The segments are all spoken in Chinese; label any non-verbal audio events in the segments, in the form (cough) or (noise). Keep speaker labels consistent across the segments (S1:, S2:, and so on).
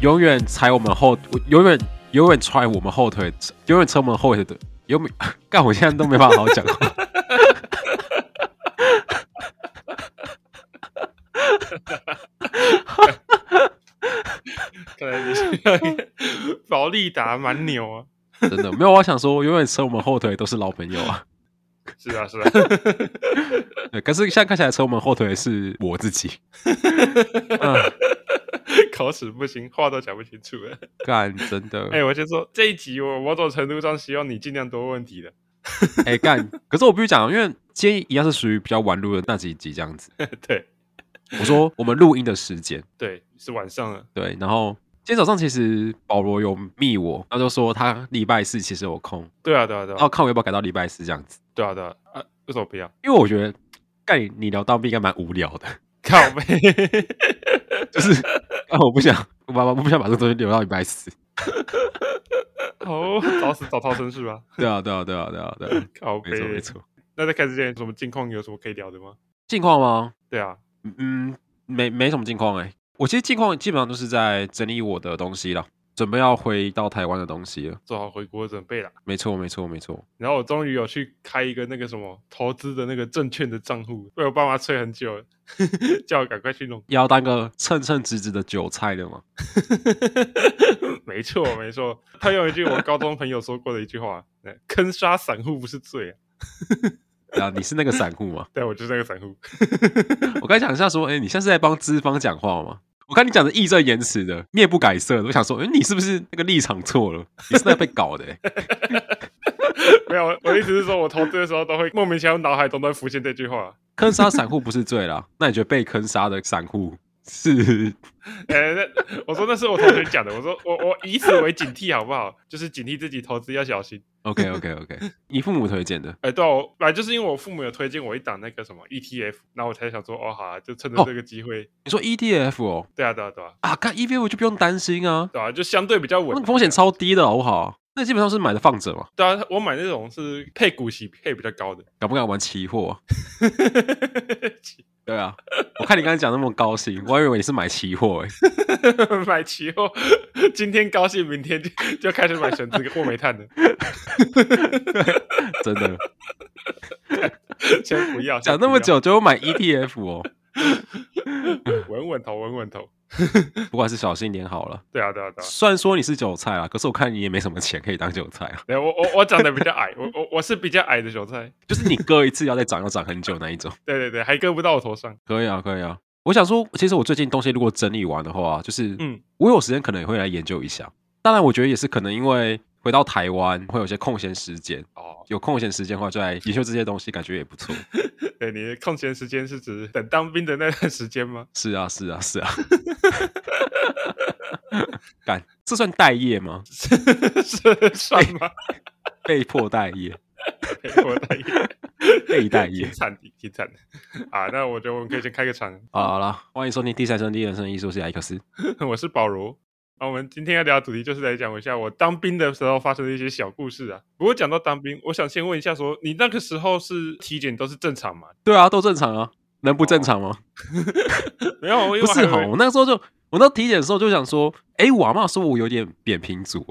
S1: 永远踩我们后，永远永远踹我们后腿，永远扯我们后腿的， (laughs) 永远干，我现在都没办法好好讲话。
S2: 看来
S1: (laughs)
S2: 你是保利达蛮牛啊，
S1: 真的没有，我想说，永远扯我们后腿都是老朋友啊。
S2: 是啊
S1: (laughs)
S2: 是啊，
S1: 对，可是现在看起来扯我们后腿的是我自己。嗯，
S2: 口齿不清，话都讲不清楚了。
S1: 干，真的，
S2: 哎、我先说这一集，我某种程度上希望你尽量多问
S1: (laughs)
S2: 题的。
S1: 哎、干，可是我必须讲，因为今天一样是属于比较晚录的那几集这样子。
S2: 对
S1: 我说我们录音的时间，
S2: 对，是晚上了。
S1: 对，然后今天早上其实保罗有密我，他就说他礼拜四其实有空，
S2: 对啊对啊对
S1: 然后
S2: 啊
S1: 看我要不要改到礼拜四这样子，
S2: 对啊对啊啊！为什么不
S1: (laughs)
S2: 要？
S1: 因为我觉得干你你聊当兵应该蛮无聊的， (laughs) 啊
S2: 靠背， (laughs)
S1: 就是啊我不想我把我不想把这个东西留到礼拜四。
S2: 哦，找死找逃生是吧？
S1: 对啊，对啊，对啊，对啊，对啊，
S2: 靠
S1: 没错没
S2: 背。
S1: 错。
S2: 那在开始之前，有什么近况有什么可以聊的吗？
S1: 近况吗？
S2: 对啊，
S1: 嗯，没没什么近况哎、我其实近况基本上就是在整理我的东西了，准备要回到台湾的东西了。
S2: 做好回国的准备啦。
S1: 没错，没错，没错。
S2: 然后我终于有去开一个那个什么投资的那个证券的账户，被我爸妈催很久了， (laughs) 叫我赶快去弄。
S1: 要当个称称职职的韭菜的嘛？
S2: (laughs) 没错，没错，他用一句我高中朋友说过的一句话：“ (laughs) 对坑杀散户不是罪啊。
S1: 对啊，你是那个散户吗？”
S2: 对，我就是那个散户。 (laughs)
S1: 我刚才想一下说，哎、你现在是在帮资方讲话吗？我看你讲的义正言辞的，面不改色的，我想说，哎、你是不是那个立场错了？你是在被搞的、欸？
S2: 没有，我的意思是说，我投资的时候都会莫名其妙脑海中都会浮现这句话。 (laughs)
S1: 坑杀散户不是罪啦，那你觉得被坑杀的散户是？
S2: 哎、那我说那是我同学讲的，我说我我以此为警惕好不好？ (laughs) 就是警惕自己投资要小心。
S1: OK OK OK，你父母推荐的
S2: 哎、对、啊，我本来就是因为我父母有推荐我一档那个什么 ETF，然后我才想说，哦，好、啊，就趁着这个机会。
S1: 你说 ETF 哦
S2: 对啊，对啊，对啊，
S1: 啊，看 ETF 就不用担心啊，
S2: 对啊，就相对比较稳。
S1: 那风险超低的好不好？那基本上是买的放着嘛，
S2: 对啊，我买那种是配股息配比较高的。 (laughs)
S1: 敢不敢玩期货、对啊，我看你刚才讲那么高兴，我还以为你是买期货欸诶、
S2: (laughs) 买期货，今天高兴，明天就就开始买绳子或煤炭了。
S1: 真的
S2: 先不要，先
S1: 讲那么
S2: 不要，
S1: 久就买 ETF 哦，
S2: 稳稳头，稳稳头。
S1: 不过还是小心一点好了。
S2: 对啊，对啊，对啊。
S1: 虽然说你是韭菜啊，可是我看你也没什么钱可以当韭菜啊，
S2: 对我我我长得比较矮， (laughs) 我我我是比较矮的韭菜。
S1: 就是你割一次要再长，要长很久那一种。
S2: 对对对，还割不到我头上。
S1: 可以啊，可以啊。我想说，其实我最近东西如果整理完的话，就是
S2: 嗯，
S1: 我有时间可能也会来研究一下。当然，我觉得也是可能因为回到台湾会有些空闲时间，
S2: 哦，
S1: 有空闲时间的话就来研究这些东西，感觉也不错。
S2: 对，你的空闲时间是指等当兵的那段时间吗？ (laughs)
S1: 是啊，是啊，是啊。 (laughs) 干，这算待业吗？
S2: 是是算
S1: (laughs)
S2: 吗？
S1: 被迫待业，
S2: 我待业，
S1: 被待业
S2: 挺。惨的，挺惨的。啊，那我觉得我们可以先开个场。
S1: 好啦，欢迎收听第三声第人生艺术，是艾克斯。
S2: 我是保罗。那、我们今天要聊的主题就是来讲一下我当兵的时候发生的一些小故事啊。不过讲到当兵，我想先问一下说你那个时候是体检都是正常吗？ (laughs)
S1: 对啊，都正常啊，能不正常吗？
S2: 没有，啊我因为
S1: 不是哦
S2: 我
S1: 哈，
S2: 哦还以为
S1: 我那时候就我那体检的时候就想说，哎、我阿妈说我有点扁平足，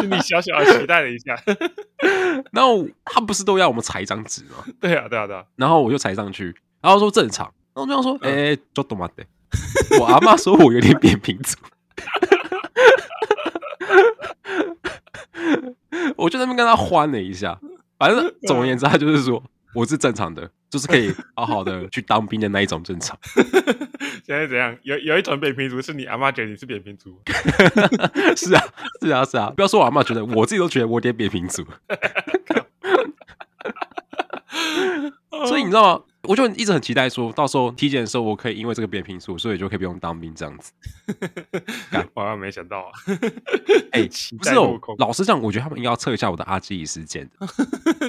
S2: 心里小小的期待了一下。 (laughs)
S1: 然后他不是都要我们裁一张纸吗？
S2: 对啊，对啊，对啊，
S1: 然后我就裁上去，然后说正常，然后我就想说，哎、就懂吗？对，我阿妈说我有点扁平足， (laughs) 我就在那边跟他欢了一下，反正总而言之，他就是说我是正常的，就是可以好好的去当兵的那一种正常， (laughs)
S2: 现在怎样？有有一种扁平足是你阿妈觉得你是扁平足，
S1: 是啊，是啊，是啊，不要说我阿妈觉得，我自己都觉得我有点扁平足。
S2: 嗯
S1: 所以
S2: (laughs)
S1: 你知道吗？我就一直很期待说，到时候体检的时候，我可以因为这个扁平足，所以就可以不用当兵这样子。
S2: 我还没想到啊。
S1: 哎、
S2: 期
S1: 不
S2: 待
S1: 是
S2: 落
S1: 哦
S2: (laughs) 空，。
S1: 老实讲，我觉得他们应该要测一下我的阿基里斯
S2: (laughs)
S1: 腱的。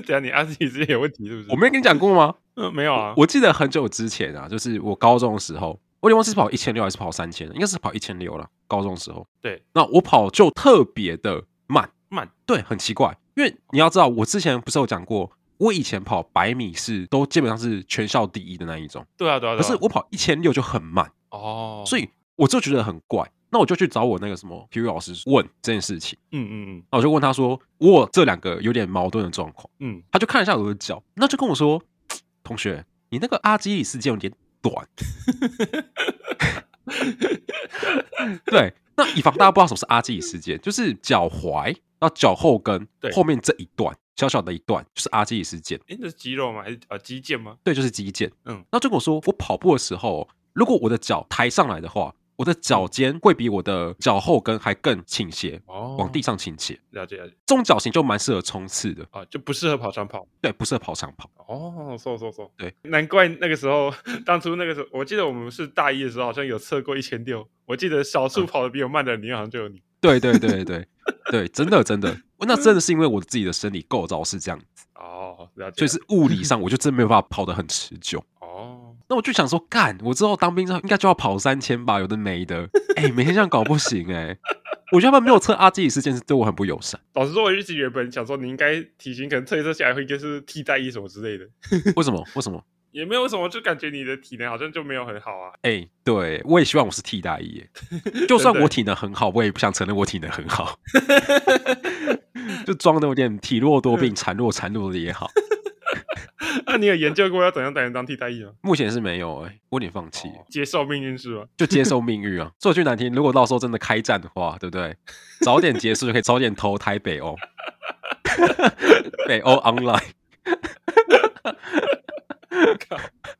S2: 怎样？你阿自己之前有问题是不是？
S1: 我没有跟你讲过吗？
S2: 嗯没有啊，
S1: 我记得很久之前啊，就是我高中的时候，我有点忘记是跑一千六还是跑三千，应该是跑一千六了。高中的时候，
S2: 对，
S1: 那我跑就特别的慢
S2: 慢，
S1: 对，很奇怪，因为你要知道，我之前不是有讲过，我以前跑百米是都基本上是全校第一的那一种，
S2: 对啊，对啊，
S1: 可
S2: 对啊
S1: 是我跑一千六就很慢。
S2: 哦，
S1: 所
S2: 以
S1: 以我就觉得很怪。那我就去找我那个什么体育老师问这件事情，
S2: 嗯嗯
S1: 那我就问他说，我有这两个有点矛盾的状况，
S2: 嗯
S1: 他就看了一下我的脚，那就跟我说，同学，你那个阿基里斯腱有点短。 (laughs) 对，那以防大家不知道什么是阿基里斯腱，就是脚踝到脚后跟
S2: 对
S1: 后面这一段小小的一段，就是阿基里斯腱。
S2: 嗯，哎，那是肌肉吗？还是啊肌腱吗？
S1: 对，就是肌腱。
S2: 嗯，
S1: 那就跟我说，我跑步的时候，如果我的脚抬上来的话，我的脚尖会比我的脚后跟还更倾斜，
S2: 哦，
S1: 往地上倾斜。
S2: 了解了解
S1: 这种脚型就蛮适合冲刺的，
S2: 啊，就不适合跑长跑。
S1: 对，不适合跑长跑。
S2: 哦，瘦瘦瘦，
S1: 对，
S2: 难怪那个时候， (laughs) 当初那个时候，我记得我们是大一的时候，好像有测过一千六。我记得
S1: 嗯
S2: 少数跑得比我慢的人，你好像就有你
S1: 对对对对对，真的真的，那真的是因为我自己的生理构造是这样，
S2: 哦，了
S1: 所以
S2: 解了，
S1: 是物理上我就真没有办法跑得很持久。
S2: 哦，
S1: 那我就想说，干，我之后当兵之后应该就要跑三千吧，有的没的，哎、每天这样搞不行哎、我觉得他们没有测阿基里斯腱是对我很不友善，
S2: 老实说，我一直原本想说你应该体型可能测一测下来会应该是替代一什么之类的，
S1: 为什么？为什么？
S2: 也没有什么，就感觉你的体能好像就没有很好啊。 (laughs)
S1: 哎、对我也希望我是替代役欸，就算
S2: 真的
S1: 我体能很好，我也不想承认我体能很好， (laughs) 就装的有点体弱多病、孱弱孱弱的也好。
S2: 那你有研究过要怎样才能当替代役吗？哦
S1: 目前是没有哎、我有点放弃，
S2: 接受命运是吗？
S1: 就接受命运啊。说句难听，如果到时候真的开战的话，对不对？早点结束就可以早点投胎北欧，北欧 online (laughs)
S2: 靠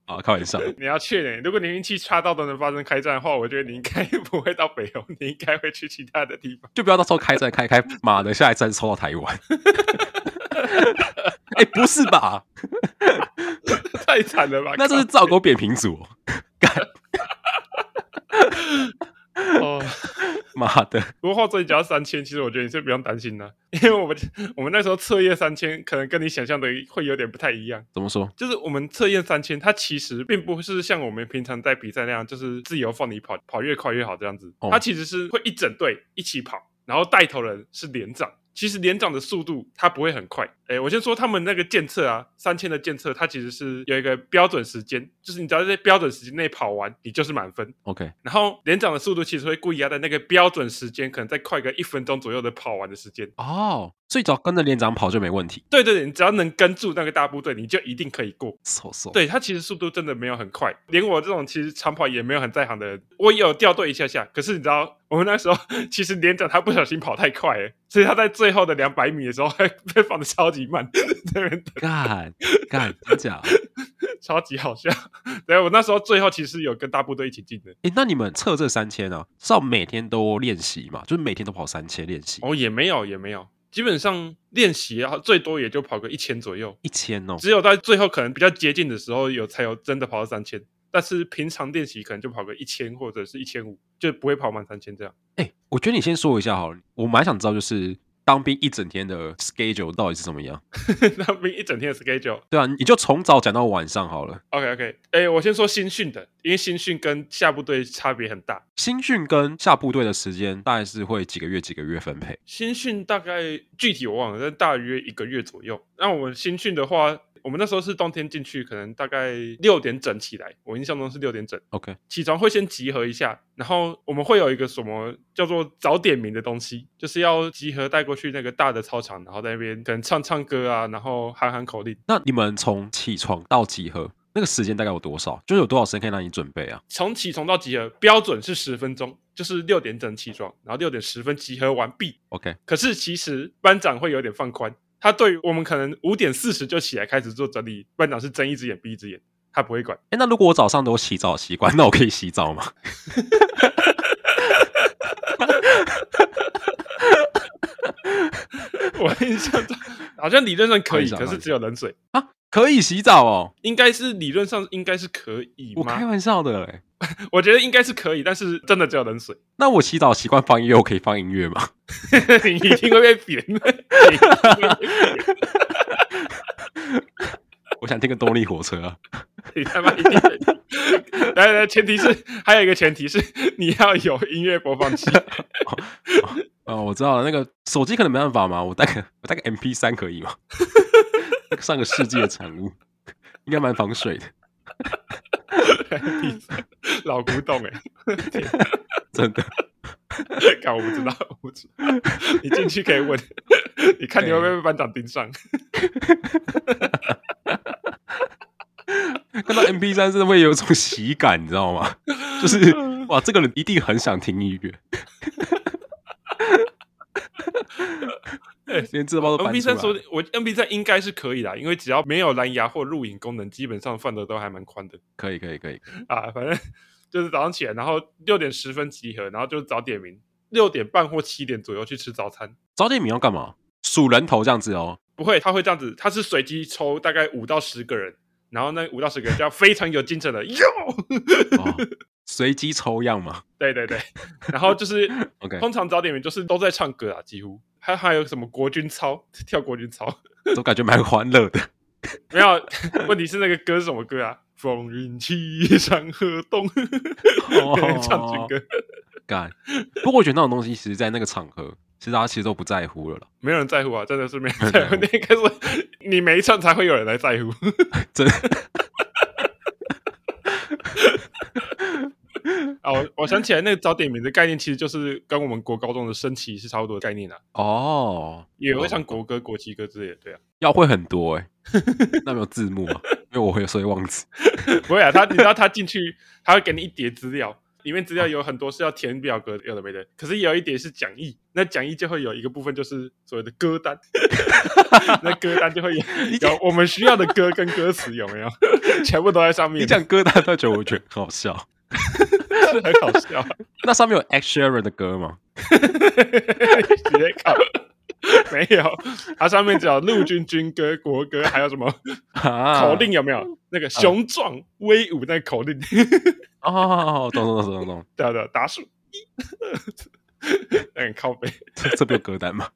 S1: 啊，开玩笑。
S2: 你要确认，如果你运气差到都能发生开战的话，我觉得你应该 (laughs) 不会到北欧，你应该会去其他的地方。
S1: 就不要到时候开战开开，妈的，下一站抽到台湾。 (laughs) 哎、不是吧？
S2: (laughs) 太惨了吧！
S1: 那这是
S2: 靠
S1: 赵狗扁平足哦、
S2: 哦。
S1: 妈的！
S2: 不过话说你只要三千，其实我觉得你是不用担心的，因为我们我们那时候测验三千，可能跟你想象的会有点不太一样。
S1: 怎么说？
S2: 就是我们测验三千，它其实并不是像我们平常在比赛那样，就是自由放你跑，跑越快越好这样子
S1: 哦。
S2: 它其实是会一整队一起跑，然后带头人是连长。其实连长的速度它不会很快。诶，我先说他们那个监测啊，三千的监测，它其实是有一个标准时间，就是你只要在标准时间内跑完，你就是满分。
S1: OK，
S2: 然后连长的速度其实会故意压在那个标准时间，可能再快个一分钟左右的跑完的时间。
S1: 哦，所以只要跟着连长跑就没问题。
S2: 对对对，你只要能跟住那个大部队，你就一定可以过。
S1: 嗖嗖，，
S2: 对他其实速度真的没有很快，连我这种其实长跑也没有很在行的人，我也有掉队一下下。可是你知道，我们那时候 (laughs) 其实连长他不小心跑太快了，所以他在最后的两百米的时候 (laughs) 还被放的超级慢， (laughs) 在那边
S1: 干干真假？
S2: 超级好笑。对，我那时候最后其实有跟大部队一起进的，
S1: 哎、那你们测这三千啊，是要每天都练习嘛？就是每天都跑三千练习，
S2: 哦，也没有也没有，基本上练习啊，最多也就跑个一千左右，
S1: 一千哦。
S2: 只有在最后可能比较接近的时候有才有真的跑到三千，但是平常练习可能就跑个一千或者是一千五，就不会跑满三千这样。 (laughs)
S1: 哎、我觉得你先说一下好了，我蛮想知道就是当兵一整天的 schedule 到底是怎么样。
S2: 当兵一整天的 schedule。
S1: 对啊，你就从早讲到晚上好了。
S2: OK OK，哎、我先说新训的，因为新训跟下部队差别很大。
S1: 新训跟下部队的时间大概是会几个月几个月分配。
S2: 新训大概具体我忘了，但大约一个月左右。那我们新训的话，我们那时候是冬天进去，可能大概六点整起来，我印象中是六点整。
S1: OK，
S2: 起床会先集合一下，然后我们会有一个什么叫做早点名的东西，就是要集合带过去那个大的操场，然后在那边可能唱唱歌啊，然后喊喊口令。
S1: 那你们从起床到集合那个时间大概有多少？就是有多少时间可以让你准备啊？
S2: 从起床到集合标准是十分钟，就是六点整起床，然后六点十分集合完毕。
S1: OK，
S2: 可是其实班长会有点放宽，他对于我们可能五点四十就起来开始做整理，班长是睁一只眼闭一只眼，他不会管。
S1: 哎、那如果我早上都有洗澡的习惯，那我可以洗澡吗？
S2: 我印象中好像理论上可
S1: 我印
S2: 以，
S1: 象
S2: 可是只有冷水，
S1: 啊，可以洗澡哦，
S2: 应该是理论上应该是可以
S1: 我开
S2: 吗？
S1: 玩笑的哎。
S2: 我觉得应该是可以，但是真的只有冷水， (laughs)
S1: 那我洗澡习惯放音乐，我可以放音乐吗？ (laughs)
S2: 你一定会被扁。你一定会被
S1: 我想听个动力火车啊。
S2: 你他妈一定会听！来来，前提是还有一个前提是你要有音乐播放器。
S1: 哦，我知道了，那个手机可能没办法嘛，我带个我带个 MP 三可以吗？ (laughs) 那个上个世纪的产物，应该蛮防水的。
S2: 欸老古董哎、
S1: 真的。
S2: 看我不知道，我不知道，你进去可以问，你看你会不会被班长盯上？
S1: 看到 MP 三真的会有一种喜感，你知道吗？就是哇，这个人一定很想听音乐，连字包都搬
S2: NB
S1: 出来
S2: 哎三。说，我 NB 三应该是可以啦，因为只要没有蓝牙或录影功能，基本上放的都还蛮宽的
S1: 可以，可以，可以。
S2: 啊。反正就是早上起来，然后六点十分集合，然后就早点名，六点半或七点左右去吃早餐。
S1: 早点名要干嘛？数人头这样子哦。
S2: 不会，他会这样子，他是随机抽大概五到十个人，然后那五到十个人就要非常有精神的哟，
S1: 哦随机抽样嘛。
S2: (laughs) 对对对，然后就是
S1: OK，
S2: 通常早点名就是都在唱歌啊，几乎还还有什么国军操跳国军操，
S1: 都感觉蛮欢乐的。
S2: 没有，问题是那个歌是什么歌啊？风云起，山河动， (laughs)
S1: 哦
S2: 唱军歌，
S1: 干，不过我觉得那种东西，其实在那个场合，其实大家其实都不在乎了啦。 (laughs)
S2: 没有人在乎啊，真的是没人在
S1: 在
S2: 乎。
S1: 乎
S2: 那应该说你没唱才会有人来在乎。 (laughs)
S1: 真的，
S2: 啊，我我想起来，那个早点名的概念其实就是跟我们国高中的升旗是差不多的概念啊，
S1: 哦，
S2: 也会唱国歌、国旗歌之类的，对啊。
S1: 要会很多
S2: (laughs)
S1: 哎、那有没有字幕啊？因为我会所以忘记。
S2: 不会啊，他你知道他进去，他会给你一叠资料，里面资料有很多是要填表格，有的没的。可是也有一叠是讲义，那讲义就会有一个部分就是所谓的歌单， (laughs) 那歌单就会有
S1: (laughs) 你讲
S2: 有我们需要的歌跟歌词有没有， (laughs) 全部都在上面，
S1: 你讲歌，大家都觉得我觉得很好笑。
S2: 是 (laughs) 很好笑，
S1: 那上面有 Ed Sheeran 的歌吗？
S2: 直接考。没有，它上面只有陆军军歌、国歌，还有什么
S1: 啊
S2: 口令有没有？那个雄壮威武那个口令，
S1: 哦，懂懂懂懂懂，
S2: 对啊对啊，打数 (laughs) 一，很靠背。
S1: 这这边有歌单吗？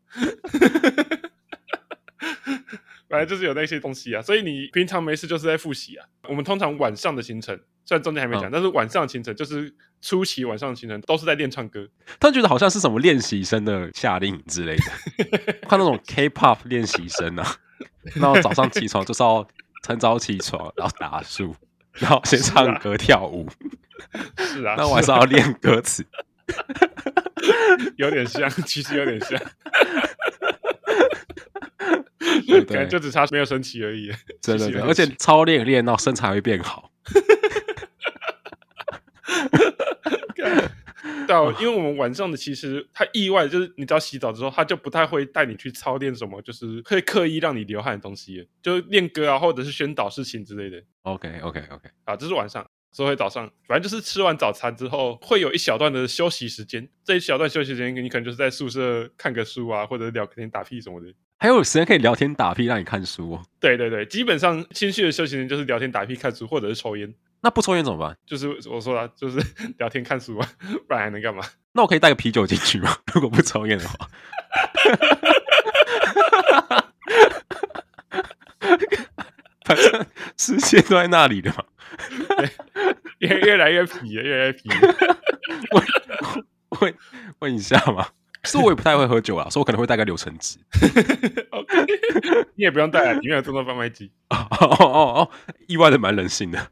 S2: 本来就是有那些东西啊，所以你平常没事就是在复习啊。我们通常晚上的行程，虽然中间还没讲，
S1: 嗯
S2: 但是晚上的行程就是初期晚上的行程都是在练唱歌，
S1: 他觉得好像是什么练习生的夏令营之类的，
S2: (laughs)
S1: 看那种 K-pop 练习生啊，然后早上起床就是要很早起床，然后打数，然后先唱歌跳舞，
S2: 是啊，
S1: 那晚上要练歌词，
S2: 是 (laughs) 啊有点像，其实有点像，
S1: 对
S2: 感觉就
S1: 对，
S2: 只差没有升旗而已。
S1: 真的
S2: 其实有
S1: 的，
S2: 点
S1: 而且超练练到身材会变好。
S2: 对啊，因为我们晚上的其实他意外就是，你只要洗澡之后，他就不太会带你去操练什么，就是会刻意让你流汗的东西，就练歌啊，或者是宣导事情之类的。
S1: OK OK OK，
S2: 啊，这是晚上，说回早上，反正就是吃完早餐之后会有一小段的休息时间。这一小段休息时间，你可能就是在宿舍看个书啊，或者聊个天、打屁什么的。
S1: 还有时间可以聊天打屁，让你看书、哦。
S2: 对对对，基本上心绪的休息时间就是聊天、打屁、看书，或者是抽烟。
S1: 那不抽烟怎么办？
S2: 就是我说了、就是 (laughs) 聊天看书啊，不然还能干嘛？ (laughs)
S1: 那我可以带个啤酒进去吗？ (laughs) 如果不抽烟的话，反正世界都在那里的嘛。
S2: 越越来越皮了，越来越皮了。
S1: 问问一下嘛，是我也不太会喝酒啊，所以我可能会带个柳橙汁。
S2: (laughs) OK，你也不用带了，里面有自动贩卖机，
S1: 哦哦哦哦，意外的蛮人性的。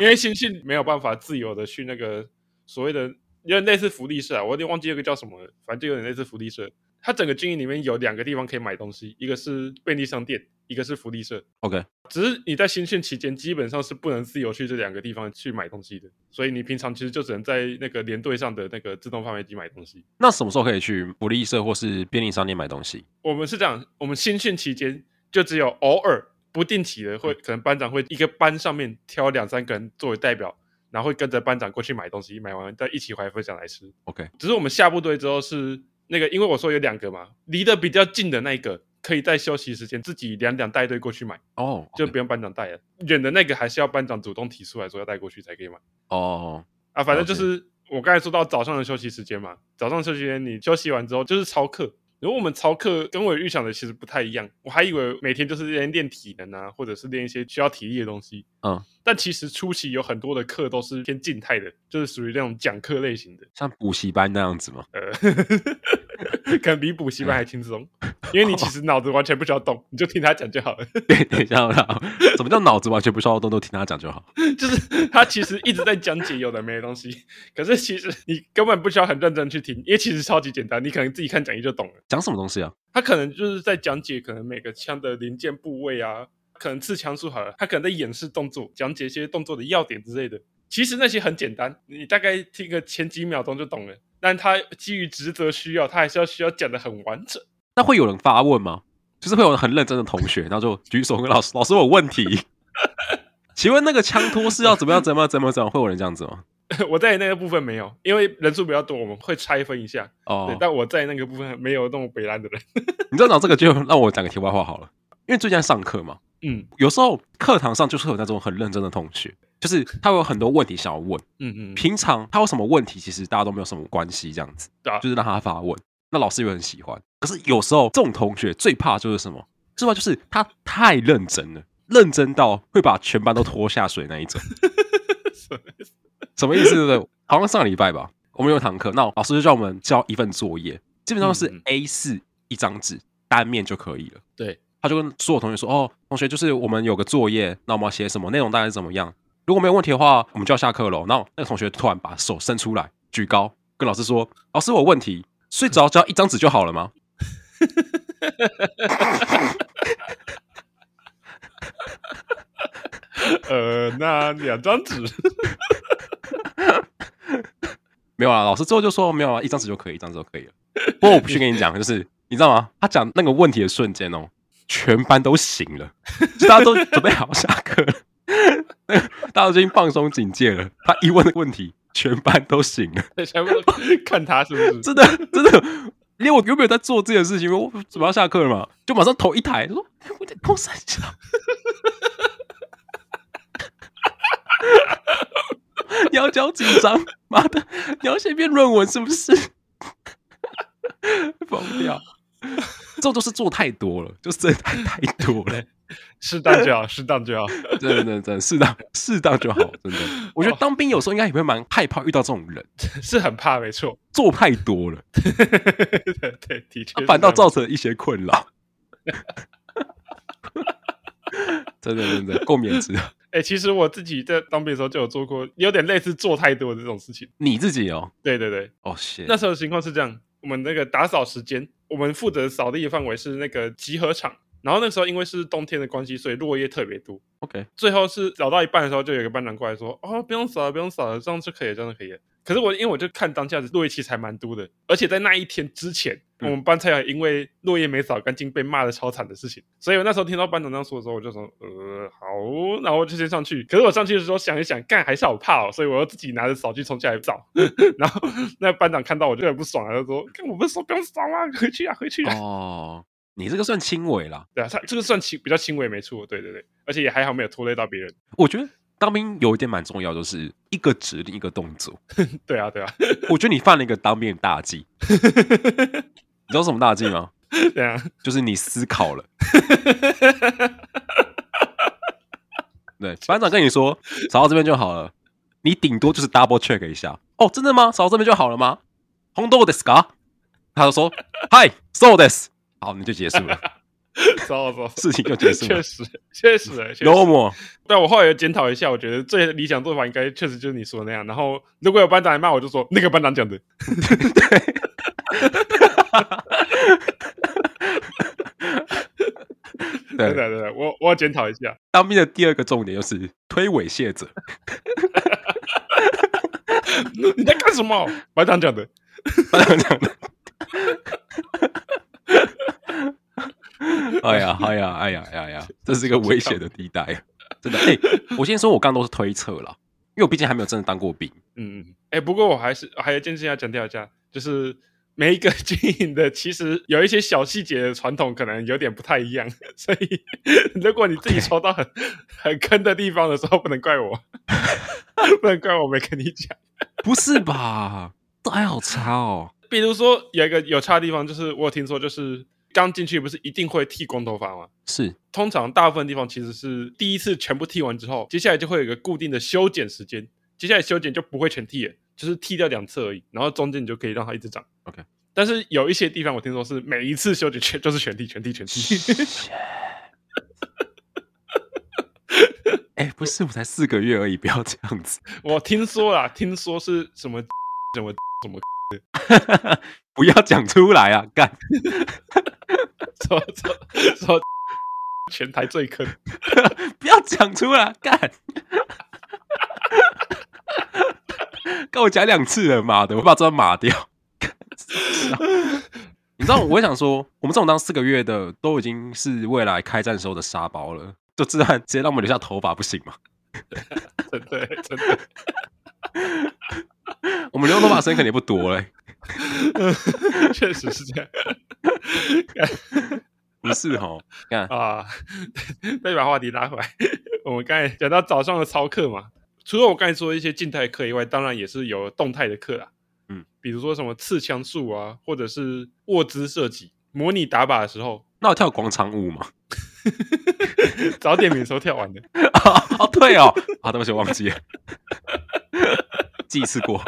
S2: 因为心绪没有办法自由的去那个所谓的，有点类似福利社啊，我有点忘记那个叫什么了，反正就有点类似福利社。它整个军营里面有两个地方可以买东西，一个是便利商店，一个是福利社。
S1: OK，
S2: 只是你在新训期间，基本上是不能自由去这两个地方去买东西的，所以你平常其实就只能在那个连队上的那个自动贩卖机买东西。
S1: 那什么时候可以去福利社或是便利商店买东西？
S2: 我们是这样，我们新训期间就只有偶尔不定期的会，可能班长会一个班上面挑两三个人作为代表，然后会跟着班长过去买东西，买完再一起回来分享来吃。
S1: OK
S2: 只是我们下部队之后是那个，因为我说有两个嘛，离得比较近的那一个可以在休息时间自己两两带队过去买，
S1: 哦，
S2: 就
S1: OK
S2: 不用班长带了。远的那个还是要班长主动提出来说要带过去才可以买。
S1: 哦，
S2: 啊，反正就是我刚才说到早上的休息时间嘛，早上休息时间你休息完之后就是操课。如果我们操课跟我预想的其实不太一样，我还以为每天就是练练体能啊，或者是练一些需要体力的东西。
S1: 嗯，
S2: 但其实初期有很多的课都是偏静态的，就是属于那种讲课类型的。
S1: 像补习班那样子吗？
S2: 呃，可能比补习班还轻松，因为你其实脑子完全不需要动，你就听他讲就好了。
S1: (laughs) 对，等一下，怎么叫脑子完全不需要动，都听他讲就好。
S2: 就是他其实一直在讲解有的没的东西，可是其实你根本不需要很认真去听，因为其实超级简单，你可能自己看讲义就懂了。
S1: 讲什么东西啊？
S2: 他可能就是在讲解可能每个枪的零件部位啊，可能刺枪术好了，他可能在演示动作，讲解一些动作的要点之类的。其实那些很简单，你大概听个前几秒钟就懂了。但他基于职责需要，他还是要需要讲的很完整。 (laughs)
S1: 那会有人发问吗？就是会有人很认真的同学，然后就举手跟老师，老师我有问题，请问那个枪托是要怎么样怎么样怎么样怎么样？会有人这样子吗？
S2: 我在那个部分没有，因为人数比较多，我们会拆分一下。对
S1: 哦，，
S2: 但我在那个部分没有那么北兰的人。
S1: 你知道讲这个就让我讲个题外话好了，因为最近在上课嘛，
S2: 嗯
S1: 有时候课堂上就是有那种很认真的同学，就是他会有很多问题想要问。
S2: 嗯嗯，
S1: 平常他有什么问题，其实大家都没有什么关系，这样子，
S2: 对啊
S1: 就是让他发问，那老师也会很喜欢。可是有时候这种同学最怕就是什么，是吧？就是他太认真了，认真到会把全班都拖下水那一种。什么意思？对不对？好像上礼拜吧，我们有堂课，那老师就叫我们交一份作业，基本上是
S2: 嗯嗯
S1: A 四一张纸，单面就可以了。
S2: 对，
S1: 他就跟所有同学说：“哦，同学，就是我们有个作业，那我们要写什么内容，大概是怎么样？如果没有问题的话，我们就要下课了。”然后那个同学突然把手伸出来，举高，跟老师说：“老师，我有问题，所以只要交一张纸就好了吗？”
S2: 呃，那两张纸，
S1: 没有啊，老师最后就说：“没有啊，一张纸就可以，一张纸就可以了。” (laughs) 不过我必须跟你讲，就是你知道吗？他讲那个问题的瞬间哦，全班都醒了， (laughs) 就大家都准备好下课了， (laughs) 那个大家都已经放松警戒了。他一问的问题，全班都醒了。
S2: 全部都 (laughs) 看他是不是？
S1: 真的 (laughs) 真的，因为我原本有在做这件事情，因为我准备要下课了嘛，就马上头一抬，说哎我在公三小。 (laughs) 你要交几张？妈的，你要写一篇论文是不是？ (laughs) 疯掉！这种就是做太多了，就是真的太太多了。
S2: 适当就好，适当就好。 (laughs)
S1: 真的真的真的，适当适当就好。真的，我觉得当兵有时候应该也会蛮害怕遇到这种人，
S2: 是很怕，没错。 (laughs)
S1: 做太多了。
S2: 对对，的确是这样，
S1: 啊反倒造成一些困扰。 (laughs) 真的真的，共勉之。
S2: 哎、其实我自己在当兵的时候就有做过，有点类似做太多的这种事情。
S1: 你自己哦，
S2: 对对对，
S1: 哦谢
S2: 那时候的情况是这样：我们那个打扫时间，我们负责扫地的范围是那个集合场。然后那时候因为是冬天的关系，所以落叶特别多。
S1: OK，
S2: 最后是找到一半的时候，就有一个班长过来说：“哦，不用扫了，不用扫了，这样就可以了，这样就可以了。”可是我因为我就看当下的落叶其实还蛮多的，而且在那一天之前，我
S1: 嗯
S2: 们班才有因为落叶没扫干净被骂的超惨的事情。所以我那时候听到班长这样说的时候，我就说：“呃，好哦，然后我就先上去。”可是我上去的时候想一想，干还是好怕哦，所以我又自己拿着扫帚冲下来扫。 (laughs) 然后那班长看到我就很不爽啊，他说：“干我不是说不用扫啊，回去啊，回去啊。
S1: 哦，你这个算轻微啦。
S2: 对啊，他这个算轻比较轻微没错，对对对，而且也还好没有拖累到别人。 (laughs)
S1: 我觉得当兵有一点蛮重要，就是一个指令一个动作。
S2: 对啊，对啊。
S1: 我觉得你犯了一个当兵的大忌，你知道什么大忌吗？
S2: 对啊，
S1: 就是你思考了。对，班长跟你说扫到这边就好了，你顶多就是 double check 一下。哦，真的吗？扫到这边就好了吗？红豆ですか？他就说 Hi, so this。好，你就结束了，
S2: 糟糟，
S1: 事情就结束
S2: (laughs) 确
S1: 了。
S2: 实，确实，欸确
S1: No
S2: 实。
S1: more。
S2: 但我后来有检讨一下，我觉得最理想做法应该确实就是你说的那样。然后如果有班长来骂我，就说那个班长讲的。对
S1: 对，
S2: 对对，我我要检讨一下。 (laughs)
S1: 当兵的第二个重点就是推诿卸责。
S2: 你在干什么？班长讲的。
S1: 班长讲的。 (laughs) 哎呀，哎呀，哎呀，哎呀哎呀，这是一个危险的地带， (laughs) 真的。哎、我先说，我刚刚都是推测啦，因为我毕竟还没有真的当过兵。
S2: 嗯嗯。哎，不过我还是还有一件事情要强调一下，就是。每一个 (laughs) 军营的其实有一些小细节的传统可能有点不太一样，所以 (laughs) 如果你自己抽到很很坑的地方的时候，不能怪我， (laughs) 不能怪我没跟你讲。
S1: 不是吧？这还好差哦。
S2: 比如说有一个有差的地方，就是我有听说，就是刚进去不是一定会剃光头发吗？
S1: 是 (laughs)
S2: 通常大部分地方其实是第一次全部剃完之后，接下来就会有一个固定的修剪时间，接下来修剪就不会全剃了，就是剃掉两侧而已，然后中间你就可以让它一直长。
S1: OK
S2: 但是有一些地方我听说是每一次休息全就是全体全体全体，
S1: 哎、不是，我才四个月而已，不要这样子， (laughs)
S2: 我听说啦，听说是什么什么
S1: 不要讲出来啊！干，
S2: 说说说全台最坑，
S1: (laughs) 不要讲出来，干， (laughs) 跟我讲两次了，妈的，我把这段码掉。你知道，我想说，我们这种当四个月的，都已经是未来开战时候的沙包了，就自然直接让我们留下头发不行吗？
S2: 真的真的。
S1: 我们留头发时间肯定不多嘞、
S2: 确实是这样
S1: 不是哦，看
S2: 啊。 (laughs) 再把话题拉回来，我们刚才讲到早上的操课嘛，除了我刚才说的一些静态课以外，当然也是有动态的课啦。
S1: 嗯，
S2: 比如说什么刺枪术啊，或者是握姿射击，模拟打靶的时候， (laughs)
S1: 那我跳广场舞嘛？ (laughs)
S2: 早点名的时候 (laughs) 跳完的。
S1: 哦，对哦，啊，对不起，我忘记了，记一次过，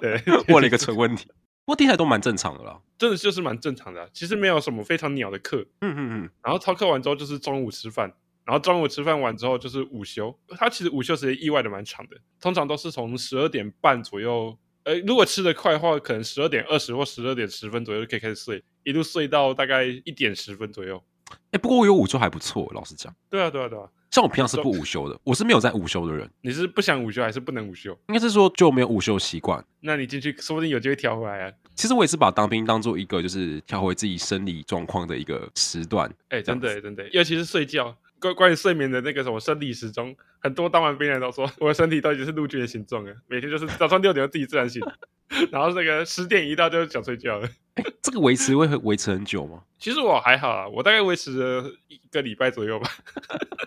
S2: 对，
S1: 问了一个蠢问题。不过听起来都蛮正常的啦。
S2: 真的就是蛮正常的啊、其实没有什么非常鸟的课。
S1: 嗯嗯嗯，
S2: 然后操课完之后就是中午吃饭，然后中午吃饭完之后就是午休。它其实午休时间意外的蛮长的，通常都是从十二点半左右，呃，如果吃得快的话，可能十二点二十或十二点十分左右就可以开始睡，一路睡到大概一点十分左右。
S1: 哎、不过我有午休还不错，老实讲，
S2: 对啊，对啊，对啊，
S1: 像我平常是不午休的，我是没有在午休的人，
S2: 你是不想午休还是不能午休？
S1: 应该是说就没有午休习惯。
S2: 那你进去说不定有机会调回来啊！
S1: 其实我也是把当兵当做一个就是调回自己生理状况的一个时段，
S2: 哎，真的，真的，尤其是睡觉。关关于睡眠的那个什么生理时钟，很多当完兵的人都说，我的身体都已经是陆军的形状了，每天就是早上六点就自己自然醒，然后那个十点一到就想睡觉了。 (laughs)
S1: 这个维持会维持很久吗？
S2: 其实我还好啊，我大概维持了一个礼拜左右吧。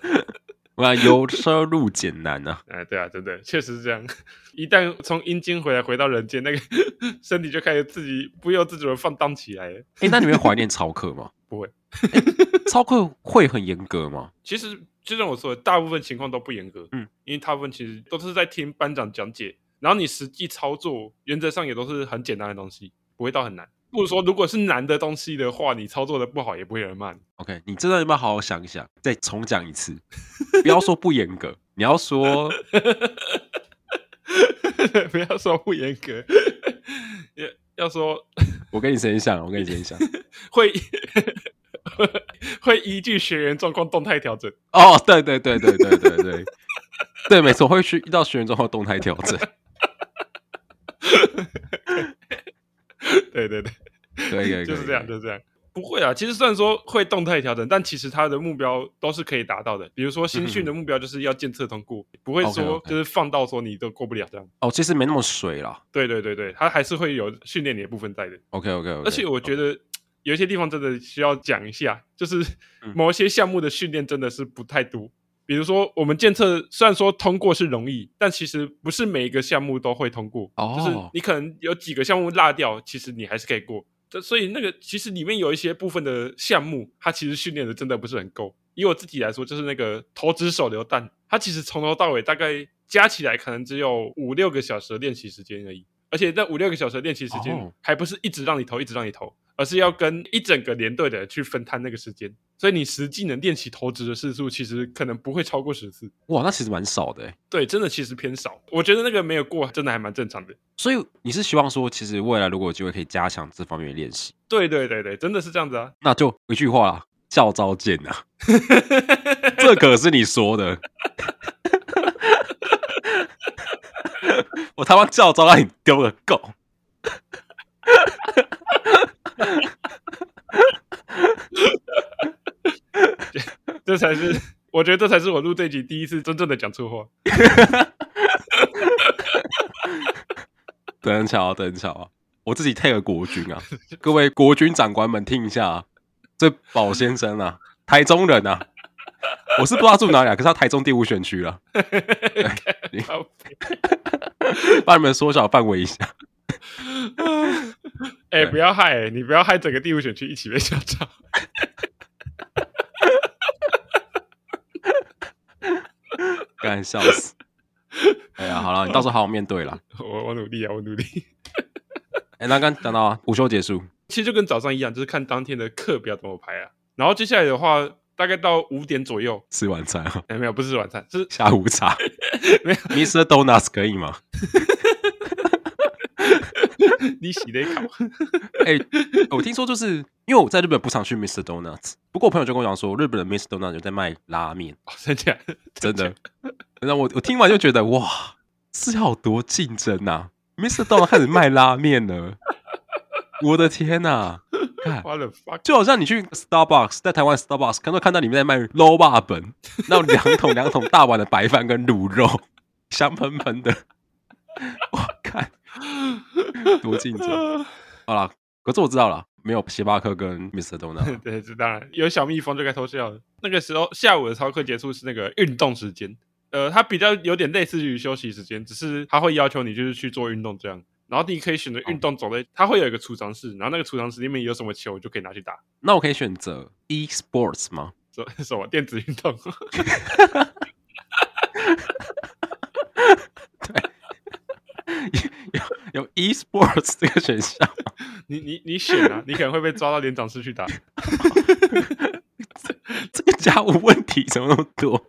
S2: (laughs)
S1: 哇，由奢入俭难啊！
S2: 哎，对啊，真的，确实是这样。一旦从阴间回来，回到人间，那个 (laughs) 身体就开始自己不由自主的放荡起来了。
S1: 哎、那你会怀念操课吗？
S2: (laughs) 不会
S1: 诶。操课会很严格吗？
S2: 其实就像我说的，大部分情况都不严格，
S1: 嗯，
S2: 因为大部分其实都是在听班长讲解，然后你实际操作原则上也都是很简单的东西，不会到很难。不如说，如果是难的东西的话，你操作的不好也不会有人骂你。
S1: OK，你真的要不要好好想一想，再重讲一次？不要说不严格，你要说
S2: (laughs) 不要说不严格，要要说
S1: 我跟你分享，我跟你分享。
S2: 会 (laughs) 会依据学员状况动态调整。
S1: 哦，对对对对对对对，对，没错，会去遇到学员之后动态调整。
S2: 对对对，
S1: 可
S2: (laughs)
S1: 以可以，
S2: 就是这样，
S1: 的。
S2: 就是这样。不会啊，其实虽然说会动态调整，但其实它的目标都是可以达到的。比如说新训的目标就是要监测通过，不会说
S1: 嗯 OK，OK
S2: 就是放到说你都过不了这样。
S1: 哦，其实没那么水啦。
S2: 对对对对，它还是会有训练你的部分在的。
S1: OK OK，
S2: 而且我觉得有一些地方真的需要讲一下，就是
S1: 嗯
S2: 某一些项目的训练真的是不太多。比如说，我们监测虽然说通过是容易，但其实不是每一个项目都会通过，
S1: 哦
S2: 就是你可能有几个项目落掉，其实你还是可以过。这所以那个其实里面有一些部分的项目，它其实训练的真的不是很够。以我自己来说，就是那个投掷手榴弹，它其实从头到尾大概加起来可能只有五六个小时的练习时间而已。而且那五六个小时的练习时间
S1: 哦，
S2: 还不是一直让你投，一直让你投，而是要跟一整个连队的人去分摊那个时间。所以你实际能练习投掷的次数，其实可能不会超过十次。
S1: 哇，那其实蛮少的欸。
S2: 对，真的其实偏少。我觉得那个没有过，真的还蛮正常的。
S1: 所以你是希望说，其实未来如果有机会可以加强这方面的练习，
S2: 对对对对，真的是这样子啊。 (laughs)
S1: 那就一句话啦，教招见呐、这可是你说的。我他妈教招让你丢个够。
S2: 这才是我觉得这才是我录这集第一次真正的讲错话。
S1: 等巧啊，等巧啊，我自己 take 国军啊，各位国军长官们听一下啊，这宝先生啊，台中人啊，我是不知道他住哪里啊，可是他台中第五选区啊了，
S2: 靠北
S1: (laughs) 帮你们缩小范围一下。 (laughs)
S2: 哎、
S1: 对
S2: 不要害、你不要害整个第五选区一起被校长。
S1: 干笑死！哎呀，好了，你到时候好好面对了。
S2: 我我努力啊，我努力。
S1: 哎，那刚刚讲到啊，午休结束，
S2: 其实就跟早上一样，就是看当天的课表怎么排啊。然后接下来的话，大概到五点左右，
S1: 吃晚餐啊， (laughs)
S2: 哎，没有，不是吃晚餐，是
S1: 下午茶
S2: 没
S1: ，Mr. Donuts 可以吗？
S2: (laughs) 你洗哦的 (laughs) 烤。
S1: 哎、我听说就是因为我在日本不常去 Mr. Donuts，不过我朋友就跟我讲说，日本的 Mr. Donuts 有在卖拉面，
S2: 哦真假？
S1: 真的
S2: 假。
S1: 然后我我听完就觉得哇，是要有多竞争呐、啊、！Mr. Donuts 开始卖拉面了，我的天呐、看，
S2: ，What the fuck？
S1: 就好像你去 Starbucks，在台湾 Starbucks 看到看到里面在卖 low 霸本，那种两桶两桶大碗的白饭跟卤肉， (laughs) 香喷喷的， (laughs) 我看多竞争。好啦，可是我知道了，没有星巴克跟 Mr. Donut，
S2: (laughs) 对，这当然有小蜜蜂就该偷笑了。那个时候下午的操课结束是那个运动时间，呃，它比较有点类似于休息时间，只是它会要求你就是去做运动这样。然后你可以选择运动种类，它会有一个储藏室，然后那个储藏室里面有什么球就可以拿去打，
S1: 那我可以选择 e sports 吗？ (laughs)
S2: 什什么电子运动。 (laughs)
S1: 有有 e sports 这个选项，
S2: 你你你选啊，你可能会被抓到连长室去打。
S1: 这个家伙问题怎么那么多？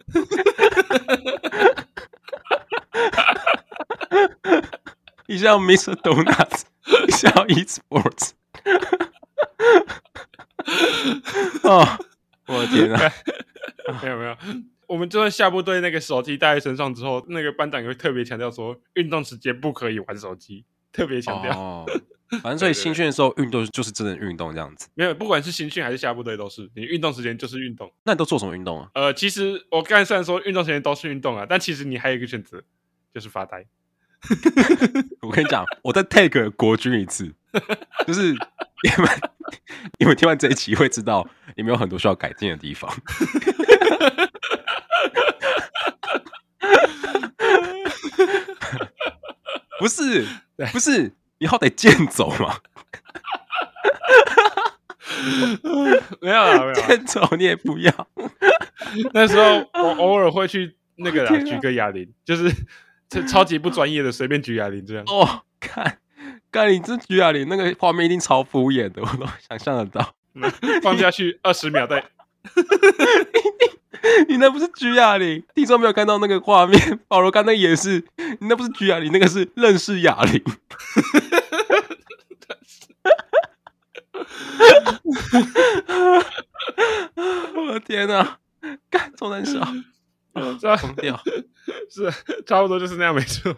S1: 一下要 Mr. Donuts，一下要 e sports，哦，我的
S2: (laughs)
S1: 天啊！
S2: 没有没有，我们就算下部队那个手机带在身上之后，那个班长也会特别强调说，运动时间不可以玩手机，特别强调。
S1: 哦，反正所以新训的时候运动就是真的运动这样子。
S2: 没有，不管是新训还是下部队都是，你运动时间就是运动。
S1: 那你都做什么运动啊？
S2: 呃，其实我刚才虽然说运动时间都是运动啊，但其实你还有一个选择，就是发呆。 (laughs)
S1: 我跟你讲，我再 take 国军一次， (laughs) 就是你们你们听完这一期会知道，你们有很多需要改进的地方。 (laughs) 不是
S2: 对，
S1: 不是，你好歹健走嘛，
S2: 没有啦，没有啦。
S1: 健走你也不要。
S2: 那时候
S1: (laughs)
S2: 我偶尔会去那个啦，
S1: 天啊
S2: 举个哑铃，就是这超级不专业的，随便举哑铃这样。
S1: 哦，看，看你这举哑铃那个画面一定超敷衍的，我都想象得到。
S2: 放下去二十
S1: (laughs)
S2: 秒再
S1: 你那不是举哑铃，听众没有看到那个画面， (laughs) 保罗刚那个也是，你那不是举哑铃，那个是认识哑铃。 (laughs) 我的天哪、啊，干这么难笑，
S2: 是啊，
S1: 啊疯掉！
S2: 是差不多就是那样，没错。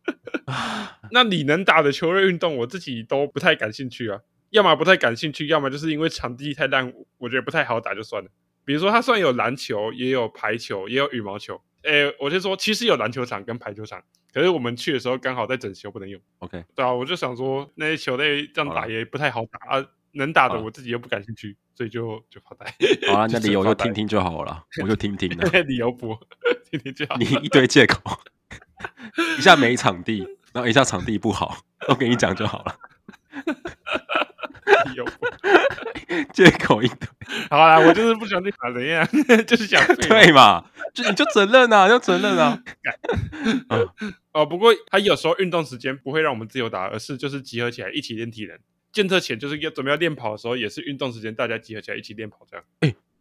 S2: (laughs) 那你能打的球类运动，我自己都不太感兴趣啊，要么不太感兴趣，要么就是因为场地太烂，我觉得不太好打就算了。比如说，它虽然有篮球，也有排球，也有羽毛球。诶，我就说，其实有篮球场跟排球场，可是我们去的时候刚好在整修，不能用。
S1: OK
S2: 对啊，我就想说，那些球类这样
S1: 好
S2: 打
S1: 啦
S2: 也不太好打啊，能打的
S1: 好啦
S2: 我自己又不感兴趣，所以就就发
S1: (laughs)
S2: 呆。 (laughs)
S1: 好了，你
S2: 就
S1: 的
S2: 只
S1: 理由
S2: 发
S1: 就
S2: 呆
S1: 听听就好 (laughs) 了，我就听听了。
S2: 理由不， (laughs) 听听就好。
S1: 你一堆借口，一下没场地，然后一下场地不好，都给你讲就好了，
S2: 理由不。
S1: 借口一堆。
S2: (laughs) 好啦，我就是不想去打人呀， (laughs) 就是想废话
S1: 对嘛？就你就承认啊，你就承认啊。
S2: 哦。不过他有时候运动时间不会让我们自由打，而是就是集合起来一起练体能。健测前就是要准备要练跑的时候，也是运动时间，大家集合起来一起练跑这样。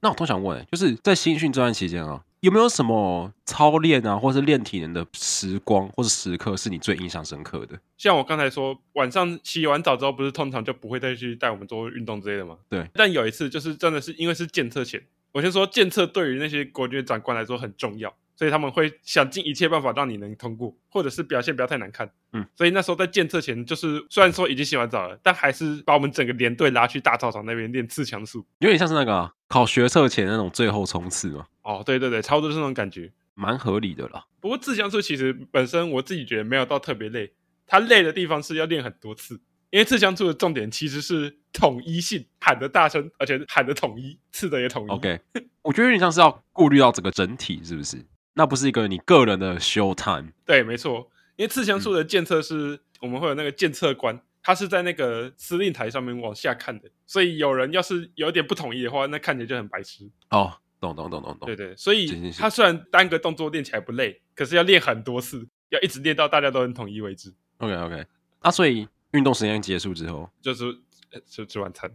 S1: 那我都想问、就是在新训这段期间啊，有没有什么操练啊，或是练体能的时光或是时刻是你最印象深刻的？
S2: 像我刚才说，晚上洗完澡之后，不是通常就不会再去带我们做运动之类的吗？
S1: 对。
S2: 但有一次，就是真的是因为是检测前，我先说检测对于那些国军的长官来说很重要，所以他们会想尽一切办法让你能通过，或者是表现不要太难看。
S1: 嗯。
S2: 所以那时候在检测前，就是虽然说已经洗完澡了，但还是把我们整个连队拉去大操场那边练自强术。
S1: 有点像是那个啊、考学测前那种最后冲刺嘛，
S2: 哦，对对对，差不多就是那种感觉。
S1: 蛮合理的啦。
S2: 不过自强术其实本身我自己觉得没有到特别累，它累的地方是要练很多次，因为自强术的重点其实是统一性，喊的大声，而且喊的统一，刺的也统一。
S1: OK，我觉得有点像是要顾虑到整个整体，是不是？那不是一个你个人的 show time
S2: 对，没错，因为刺
S1: 嗯
S2: 枪术的监测是、我们会有那个监测官，他是在那个司令台上面往下看的，所以有人要是有点不统一的话，那看起来就很白痴。
S1: 哦。懂懂懂懂懂
S2: 对，对，所
S1: 是是
S2: 以
S1: 是
S2: 他虽然单个动作练起来不累，可是要练很多次，要一直练到大家都很统一为止。
S1: OK 啊 OK，那所以运动时间结束之后
S2: 就是呃吃吃晚
S1: (laughs)
S2: 餐，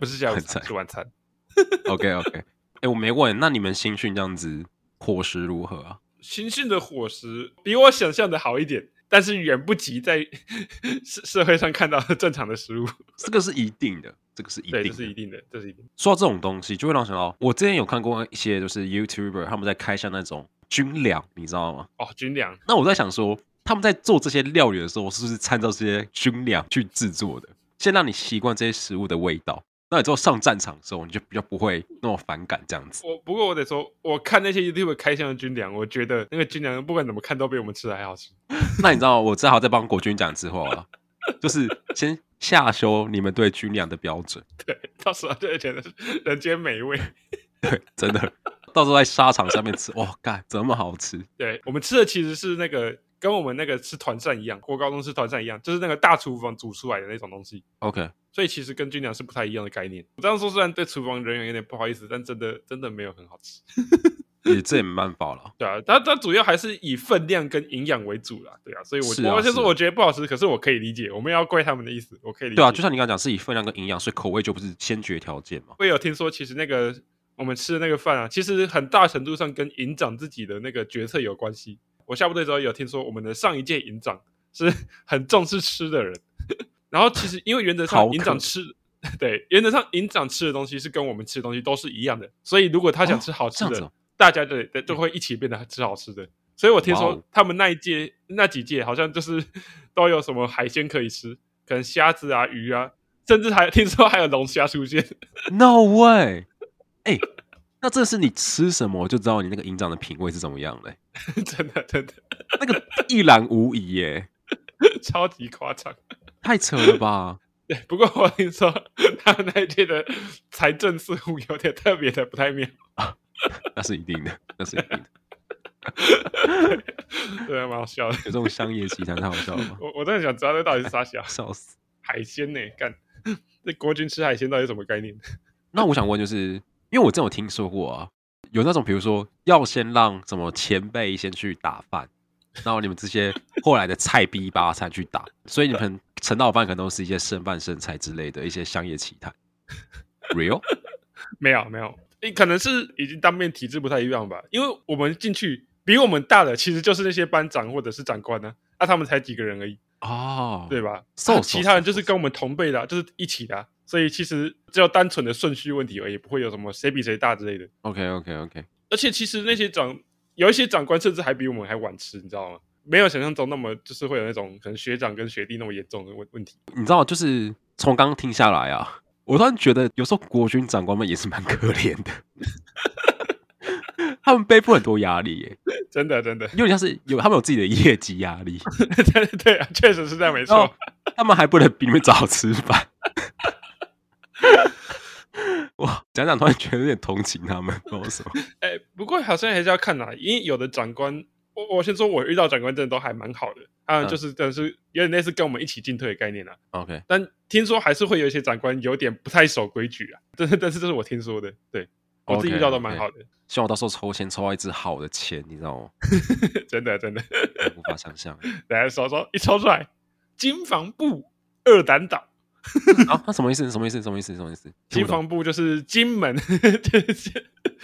S2: 不是下午
S1: 晚
S2: 茶，
S1: 餐
S2: 吃晚餐。
S1: ，OK OK，哎、诶我没问，那你们新训这样子伙食如何啊？
S2: 新训的伙食比我想象的好一点，但是远不及在社社会上看到的正常的食物。
S1: 这个是一定的，这个是一定
S2: 对，
S1: 的。
S2: 这是一定的，这是一定的。
S1: 说到这种东西，就会让我想到，我之前有看过一些就是 YouTuber 他们在开箱那种军粮，你知道吗？
S2: 哦，军粮
S1: 那我在想说，他们在做这些料理的时候，是不是参照这些军粮去制作的？先让你习惯这些食物的味道，那你之后上战场的时候，你就比较不会那么反感这样
S2: (laughs)
S1: 子。
S2: 我不过我得说，我看那些 YouTube 开箱的军粮，我觉得那个军粮不管怎么看都比我们吃的还好吃。
S1: 那你知道，我只好再帮国军讲之后了，就是先下修你们对军粮的标准。
S2: 对，到时候就会觉得是人间美味。
S1: 对，真的，到时候在沙场上面吃，哇，干，怎么好吃？
S2: 对我们吃的其实是那个跟我们那个吃团扇一样，国高中吃团扇一样，就是那个大厨房煮出来的那种东西。
S1: OK，
S2: 所以其实跟军粮是不太一样的概念。我这样说虽然对厨房人员有点不好意思，但真的真的没有很好吃。
S1: 也这也没办法了。
S2: 对啊，它它主要还是以分量跟营养为主啦。对啊，所以我
S1: 是啊
S2: 我就是是
S1: 啊
S2: 我觉得不好吃，可是我可以理解，我们要怪他们的意思，我可以理解。
S1: 对啊，就像你刚刚讲，是以分量跟营养，所以口味就不是先决条件嘛。
S2: 我也有听说，其实那个我们吃的那个饭啊，其实很大程度上跟营长自己的那个决策有关系。我下部队之后有听说，我们的上一届营长是 (laughs) 很重视吃的人，然后其实因为原则
S1: 好
S2: 上
S1: 可
S2: 营长吃。对，原则上营长吃的东西是跟我们吃的东西都是一样的，所以如果他想吃好
S1: 这
S2: 吃
S1: 样
S2: 的，
S1: 子哦
S2: 大家就得都会一起变得吃好吃的。所以我听
S1: 哇
S2: 说
S1: 哦
S2: 他们那一届、那几届好像就是 (laughs) 都有什么海鲜可以吃，可能虾子啊、鱼啊，甚至还听说还有龙虾出现。
S1: No way！哎、那这是你吃什么就知道你那个营长的品味是怎么样的、
S2: (laughs) 真的真的
S1: 那个一览无遗耶、
S2: 超级夸张。 (laughs)
S1: 太扯了吧！
S2: 对，不过我听说他们那一届的财政似乎有点特别的不太妙，
S1: 那是一定的，那是一定的。
S2: 对，啊蛮好笑的。
S1: 有这种商业集团太好笑了吧？
S2: 我我真的想知道这到底是啥小
S1: 笑死！
S2: 海鲜呢、干，这国军吃海鲜到底什么概念？ (laughs)
S1: 那我想问，就是因为我真的有听说过啊，有那种比如说要先让什么前辈先去打饭，然后你们这些后来的菜逼吧才去打，所以你们可能盛到的饭可能都是一些剩饭剩菜之类的一些商业奇谈。Real？
S2: 没有没有，诶可能是已经当面体制不太一样吧，因为我们进去比我们大的其实就是那些班长或者是长官呢、啊，那、他们才几个人而已，
S1: 哦，
S2: 对吧？啊
S1: 瘦
S2: 其他人就是跟我们同辈的啊、就是一起的啊、所以其实只有单纯的顺序问题而已，不会有什么谁比谁大之类的。
S1: OK OK OK，
S2: 而且其实那些长有一些长官甚至还比我们还晚吃，你知道吗？没有想象中那么就是会有那种可能学长跟学弟那么严重的问问题。
S1: 你知道，就是从刚刚听下来啊，我突然觉得有时候国军长官们也是蛮可怜的， (laughs) 他们背负很多压力耶，
S2: 真的真的， (laughs)
S1: 有点像是有他们有自己的业绩压力，
S2: 对对啊，确实是这样
S1: (laughs)
S2: 没
S1: 然后
S2: 错。
S1: 他们还不能比你们早吃 (laughs) 饭。哇，讲讲突然觉得有点同情他们，不知道为什么。
S2: 哎、不过好像还是要看啦，因为有的长官，我我先说，我遇到长官真的都还蛮好的，他们
S1: 嗯
S2: 就是真的是有点类似跟我们一起进退的概念啦。
S1: (laughs) OK，
S2: 但听说还是会有一些长官有点不太守规矩啊， (laughs) 但是但是这是我听说的，对我自己
S1: OK，
S2: 遇到都蛮
S1: OK
S2: 好的， (laughs)
S1: 希望我到时候抽签抽到一支好的签，你知 (laughs) 道吗？啊
S2: 真的真的。
S1: 我无法想象。
S2: 来手抽一抽出来，金防部二胆岛，
S1: 啊，那什么意思？什么意思？什么意思？什么意思？听
S2: 金
S1: 不懂
S2: 防部就是金门， (laughs) 就是金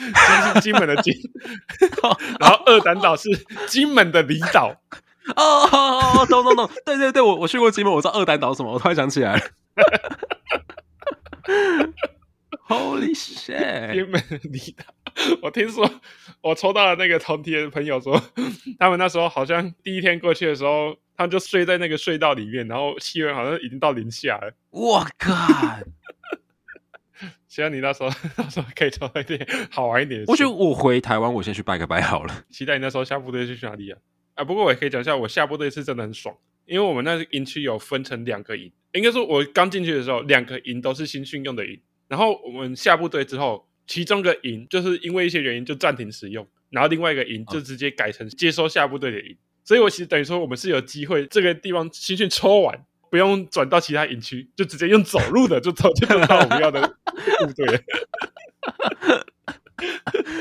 S2: 是金门的
S1: (laughs)
S2: 金，然后二胆岛是金门的离
S1: (laughs)
S2: 岛，
S1: 哦哦，哦懂懂懂， (laughs) 对对对，我我去过金门，我知道二胆岛是什么，我突然想起来了。Holy shit！
S2: 金门的离岛。我听说我抽到了那个同体的朋友说， (laughs) 他们那时候好像第一天过去的时候，他们就睡在那个隧道里面，然后气温好像已经到零下了。
S1: 我靠！
S2: 希望你那时候 (laughs) 到时候可以抽到一点好玩一点的
S1: (laughs)
S2: 事。
S1: 我觉得我回台湾，我先去拜个拜好了。
S2: 期待你那时候下部队是去哪里啊？啊，不过我也可以讲一下，我下部队是真的很爽，因为我们那个营区有分成两个营，应该说我刚进去的时候，两个营都是新训用的营，然后我们下部队之后，其中一个营就是因为一些原因就暂停使用，然后另外一个营就直接改成接收下部队的营，所以我其实等于说我们是有机会这个地方新训抽完。不用转到其他营区，就直接用走路的就走就走到我们要的部队了。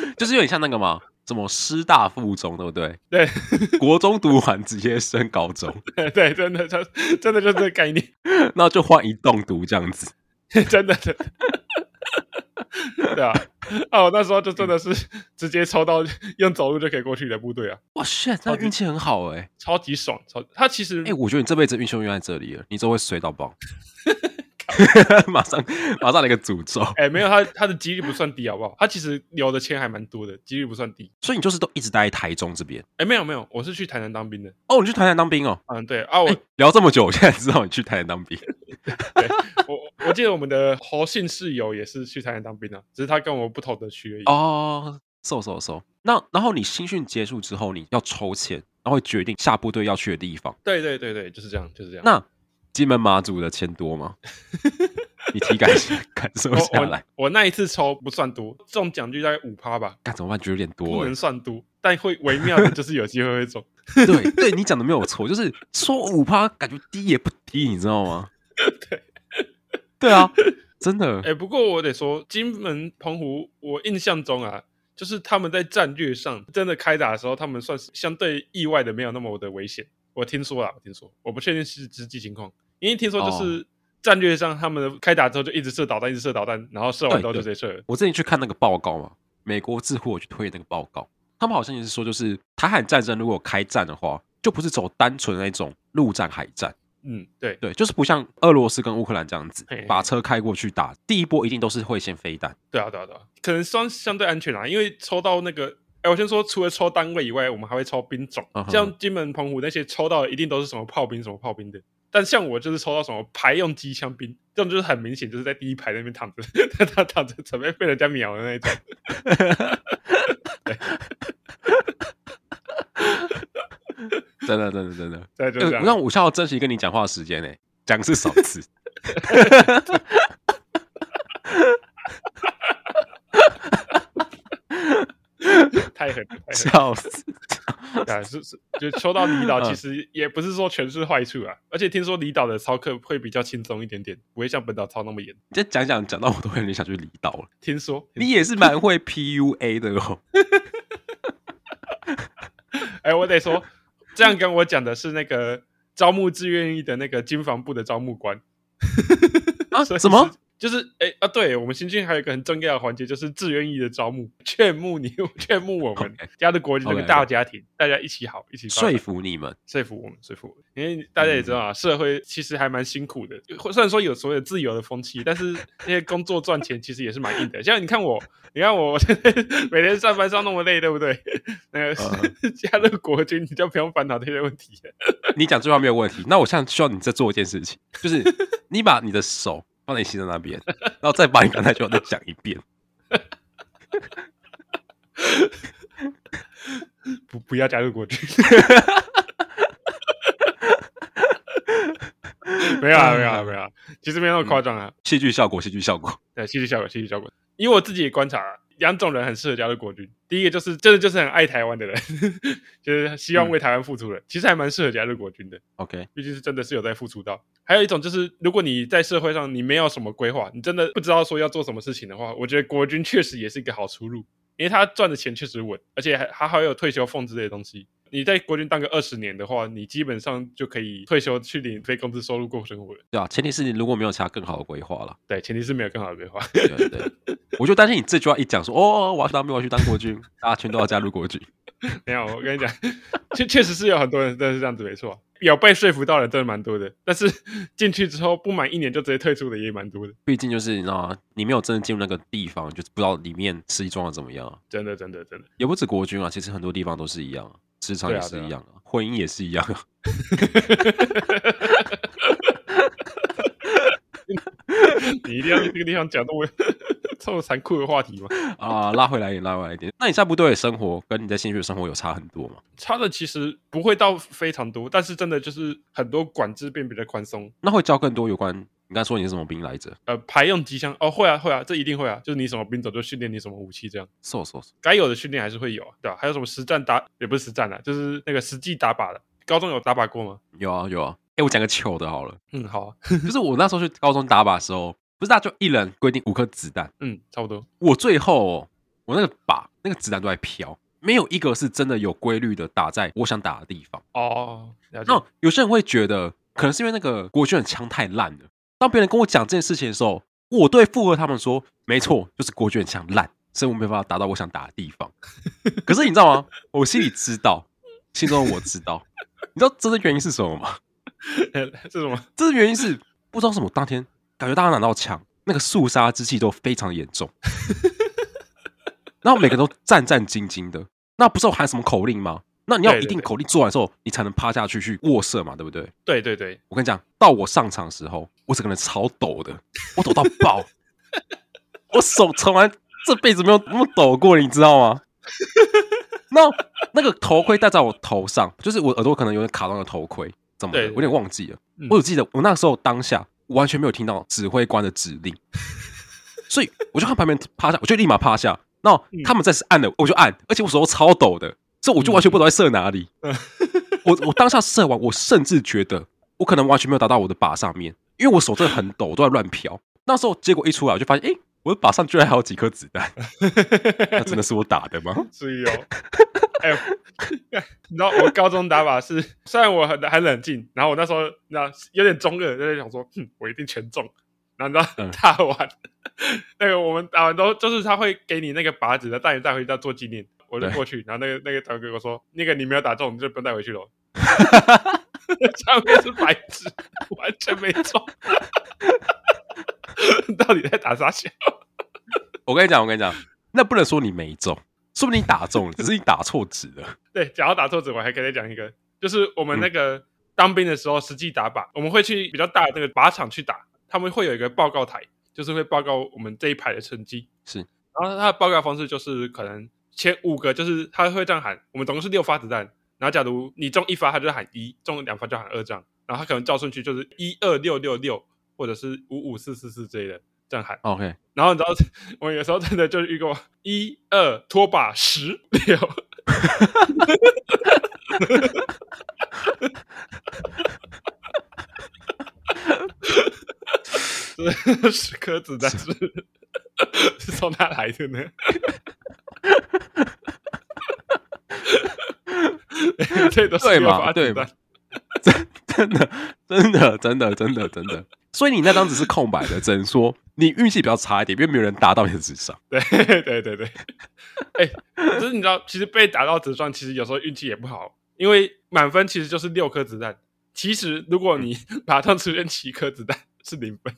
S2: (laughs)
S1: 就是有点像那个嘛，什么师大附中，对不对？
S2: 对
S1: 国中读完直接升高中， (laughs)
S2: 对，真的，真的真的就是这个概念，
S1: 那就换一栋读这样子。
S2: (laughs) 真的真的。对啊，啊，我那时候就真的是直接抽到用走路就可以过去的部队啊，
S1: 哇塞，那运气很好哎、欸！
S2: 超级爽，超他其实
S1: 哎、我觉得你这辈子运气用在这里了，你就会衰到爆。马上马上来个诅咒，
S2: 哎、没有他他的几率不算低，好不好？他其实留的钱还蛮多的，几率不算低。
S1: 所以你就是都一直待在台中这边
S2: 哎、没有没有，我是去台南当兵的。
S1: 哦，你去台南当兵哦。
S2: 嗯，对啊，我、
S1: 聊这么久，我现在知道你去台南当兵。哎
S2: 我我记得我们的侯姓室友也是去台南当兵啊，只是他跟我不同的区而已。
S1: 哦，搜搜搜。那然后你新训结束之后，你要抽签，然后会决定下部队要去的地方。
S2: 对对对对，就是这样，就是这样。
S1: 那金门马祖的签多
S2: (laughs)
S1: 吗？你体感一下感受
S2: 我
S1: 下
S2: 我
S1: 来，
S2: 我那一次抽不算多，中奖率大概五趴吧，
S1: 干怎么办？觉得有点多
S2: 不
S1: 哎、
S2: 能算多，但会微妙的就是有机会会中。
S1: 对对，你讲的没有错，就是说五趴感觉低也不低，你知道
S2: (laughs)
S1: 吗？对对啊，真的
S2: 哎、不过我得说，金门、澎湖，我印象中啊，就是他们在战略上真的开打的时候，他们算是相对意外的没有那么的危险。我听说啦，我听说，我不确定是实际情况，因为听说就是战略上他们的开打之后就一直射导弹，一直射导弹，然后射完之后就直接射了。
S1: 我之前去看那个报告嘛，美国智库我去推那个报告，他们好像也是说，就是台海战争如果开战的话，就不是走单纯的那种陆战海战，
S2: 嗯，对，
S1: 对，就是不像俄罗斯跟乌克兰这样子
S2: 嘿嘿，
S1: 把车开过去打，第一波一定都是会先飞弹。
S2: 对啊，对啊，对啊，可能算相对安全啊啦、因为抽到那个。哎，我先说，除了抽单位以外，我们还会抽兵种
S1: 嗯哼
S2: 像金门、澎湖那些抽到的，一定都是什么炮兵、什么炮兵的。但像我就是抽到什么排用机枪兵，这种就是很明显就是在第一排那边躺着， (laughs) 他他躺着准备被人家秒的那一种。
S1: 真的，真的，真的。
S2: 对，就是这
S1: 欸
S2: 样。
S1: 让我现在要珍惜跟你讲话的时间呢、哎讲是少 (laughs) 次。
S2: 太狠了，
S1: (laughs)
S2: 太狠
S1: 笑死！
S2: 了对啊！是是，就抽到离岛，
S1: 嗯
S2: 其实也不是说全是坏处啊。而且听说离岛的操课会比较轻松一点点，不会像本岛操那么严。
S1: 你这讲讲讲到我都有点想去离岛了。
S2: 听说，听
S1: (laughs) 你也是蛮会 PUA 的哦。
S2: 哎，我得说，这样跟我讲的是那个招募志愿役的那个金防部的招募官
S1: 啊
S2: 所以
S1: 什么
S2: 是？就是哎、啊，对我们新军还有一个很重要的环节，就是志愿役的招募， (laughs) 劝募你，劝募我们
S1: OK
S2: 家的国军这个
S1: OK，OK
S2: 大家庭大家一起好，一起发展
S1: 说服嗯你们，
S2: 说服我们，说服我们，因为大家也知道啊，社会其实还蛮辛苦的。虽然说有所谓的自由的风气，但是那些工作赚钱其实也是蛮硬的。像你看我，你看我 (laughs) 每天上班上那么累，对不对？那
S1: 嗯
S2: 个 (laughs) 加入国军，你就不用烦恼这些问题了。
S1: 你讲这句话没有问题。那我现在需要你再做一件事 (laughs) 情，就是你把你的手放在你心脏那边，然后再把你刚才句话再讲一遍。
S2: 不，不要加入国军。 (laughs) 没有啊，没有啊，没有啊，其实没有那么夸张啊。
S1: 戏剧效果，戏剧效果。
S2: 对，戏剧效果，戏剧效果。以我自己的观察、啊，两种人很适合加入国军。第一个就是真的就是很爱台湾的人， (laughs) 就是希望为台湾付出的人，其实还蛮适合加入国军的，
S1: OK，
S2: 毕竟是真的是有在付出到。还有一种就是，如果你在社会上你没有什么规划，你真的不知道说要做什么事情的话，我觉得国军确实也是一个好出路，因为他赚的钱确实稳，而且还还好有退休俸之类的东西。你在国军当个二十年的话，你基本上就可以退休去领非工资收入过生活了。
S1: 对啊，前提是你如果没有其他更好的规划了。
S2: 对，前提是没有更好的规划。 (laughs)
S1: 对对对，我就担心你这句话一讲说，哦，我要去当兵，我要去当国军，大家全都要加入国军。
S2: 没有，我跟你讲，确确实是有很多人真的是这样子，没错，有被说服到的人真的蛮多的，但是 (laughs) 进去之后不满一年就直接退出的也蛮多的，
S1: 毕竟就是你知道吗？你没有真的进入那个地方，就是不知道里面实际状况怎么样啊。
S2: 真的真的真的，
S1: 也不止国军啊，其实很多地方都是一样啊，职场
S2: 对啊
S1: 也是
S2: 对啊
S1: 一样啊，婚姻也是一样啊。 (laughs)
S2: 你一定要在这个地方讲这么 (laughs) 这么残酷的话题吗？
S1: 啊，拉回来一点，拉回来一点。那你在部队的生活跟你在兴趣的生活有差很多吗？
S2: 差的其实不会到非常多，但是真的就是很多管制变比较宽松。
S1: 那会教更多有关你刚才说你是什么兵来着？
S2: 呃，排用机枪哦，会啊会啊，这一定会啊，就是你什么兵种就训练你什么武器这样。
S1: 瘦瘦瘦，
S2: 该有的训练还是会有啊，对吧、还有什么实战打也不是实战啊，就是那个实际打靶的。高中有打靶过吗？
S1: 有啊有啊。哎、我讲个糗的
S2: (laughs)
S1: 好了，
S2: 嗯，好、啊，
S1: 就是我那时候去高中打靶的时候，不是大家就一人规定五颗子弹，
S2: 嗯，差不多。
S1: 我最后哦、我那个靶那个子弹都在飘，没有一个是真的有规律的打在我想打的地方。
S2: 哦，了解 (laughs)
S1: 那有些人会觉得，可能是因为那个国军的枪太烂了。当别人跟我讲这件事情的时候，我对附和他们说：“没错，就是国军的枪烂，所以我没办法打到我想打的地
S2: (laughs)
S1: 方。”可是你知道吗？我心里知道，心中的我知道，你知道真的原因是什么吗？
S2: 这种
S1: 真的原因是不知道为什么，当天感觉大家拿到枪，那个肃杀之气都非常严
S2: (laughs)
S1: 重，然后每个人都战战兢兢的。那不是有喊什么口令吗？那你要
S2: 对
S1: 一
S2: 对
S1: 定
S2: 对
S1: 口令做完之后，你才能趴下去去握射嘛，对不对？
S2: 对对对，
S1: 我跟你讲，到我上场的时候，我整个人超抖的，我抖到爆， (laughs) 我手从来这辈子没有那么抖过，你知道吗？那那个头盔戴在我头上，就是我耳朵可能有点卡到那个头盔，怎么了？
S2: 对
S1: 我有点忘记了。
S2: 嗯
S1: 我有记得，我那时候当下我完全没有听到指挥官的指令，所以我就看旁边趴下，我就立马趴下。那他们再是按了，我就按，而且我手超抖的，所以我就完全不知道在射哪里。
S2: 嗯
S1: 我我当下射完，我甚至觉得我可能完全没有达到我的靶上面，因为我手真的很抖，我都在乱飘。那时候结果一出来，我就发现，诶，我的靶上居然还有几颗子弹，那真的是我打的吗？
S2: 注意哦。 (laughs) 哎、你知道我高中打靶是，虽然我很很冷静，然后我那时候那有点中二，就在想说，哼，我一定全中。然后
S1: 嗯
S2: 你知道 (laughs) 打完，那个我们打完都就是他会给你那个靶子的，带你带回家做纪念。我就
S1: 对
S2: 过去，然后那个那个导游跟我说，那个你没有打中，你就不用带回去了。
S1: (laughs)
S2: 上面是白纸， (laughs) 完全没中。 (laughs) 到底在打啥小？
S1: 我跟你讲，我跟你讲，那不能说你没中，说不定你打中了，只是你打错指了。
S2: 对，讲到打错子，我还可以再讲一个，就是我们那个当兵的时候，实际打靶，我们会去比较大的那个靶场去打，他们会有一个报告台，就是会报告我们这一排的成绩。
S1: 是，
S2: 然后他的报告方式就是可能前五个，就是他会这样喊，我们总共是六发子弹，然后假如你中一发，他就喊一；中两发就喊二这样，然后他可能照顺序就是一二六六六，或者是五五四四四之类的这样喊。
S1: OK，
S2: 然后你知道，我有时候真的就是遇过一二拖把十六，这十颗子弹 (laughs) 是是从哪来的呢？ (laughs) 这都是
S1: 对
S2: 六
S1: 嘛
S2: 发
S1: 对
S2: 子弹，
S1: 真的，真的，真的，真的，真的。所以你那张纸是空白的，只能说你运气比较差一点，因为没有人打到你的纸上。
S2: 对 (laughs) 对对对，哎、就是你知道，其实被打到直撞，其实有时候运气也不好，因为满分其实就是六颗子弹。其实如果你
S1: 嗯
S2: (laughs) 马上出现七颗子弹是零分，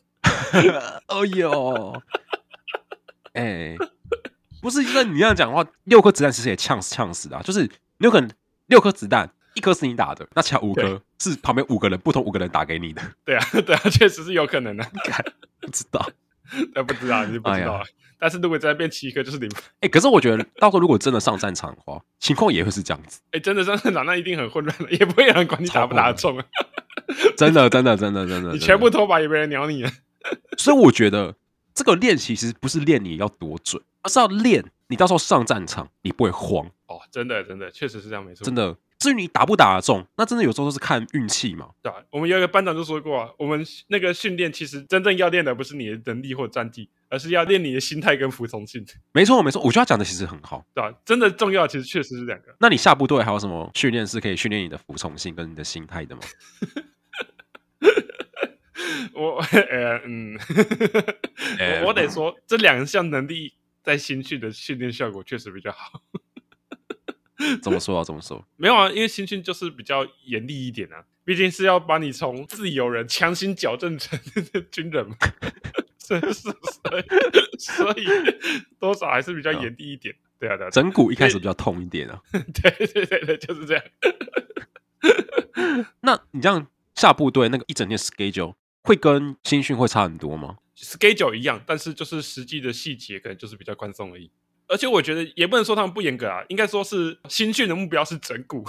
S1: 哦哟，哎，不是，那你这样讲的话，六颗子弹其实也呛死呛死的、啊，就是你有可能六颗子弹，一颗是你打的，那其他五颗
S2: 对
S1: 是旁边五个人不同五个人打给你的， (laughs)
S2: 对啊， (laughs) 对啊，确实是有可能的、啊，
S1: 不知道。
S2: 但不知道你就不知道、啊。但是如果再变七颗就是零分，
S1: 哎、可是我觉得到时候如果真的上战场的话，情况也会是这样子，
S2: 哎、真的上战场那一定很混乱了，也不会有人管你打不打得中啊，
S1: 真的，真的，真的，真的，真的
S2: 你全部投把也没人鸟你啊。
S1: 所以我觉得这个练习其实不是练你要多准，而是要练你到时候上战场你不会慌，
S2: 哦，真的真的，确实是这样，没错，
S1: 真的。至于你打不打得中，那真的有时候都是看运气嘛。
S2: 对啊，我们有一个班长就说过啊，我们那个训练其实真正要练的不是你的能力或战绩，而是要练你的心态跟服从性，对
S1: 没错，没错，我觉得他讲的其实很好。
S2: 吧、真的重要，其实确实是两个。
S1: 那你下部队还有什么训练是可以训练你的服从性跟你的心态的吗？
S2: 我 (laughs) 呃嗯，
S1: 呃
S2: 我我得说这两项能力在新训的训练效果确实比较好。
S1: 怎么说啊？怎么说？
S2: 没有啊，因为新训就是比较严厉一点啊，毕竟是要把你从自由人强行矫正成 (laughs) 军人嘛，所以所以所以多少还是比较严厉一点。对啊，对啊，对啊
S1: 整骨一开始比较痛一点啊。
S2: (laughs) 对对对对，就是这样。
S1: 那你这样下部队那个一整天 schedule 会跟新训会差很多吗？
S2: schedule 一样，但是就是实际的细节可能就是比较宽松而已。而且我觉得也不能说他们不严格啊，应该说是新训的目标是整蛊，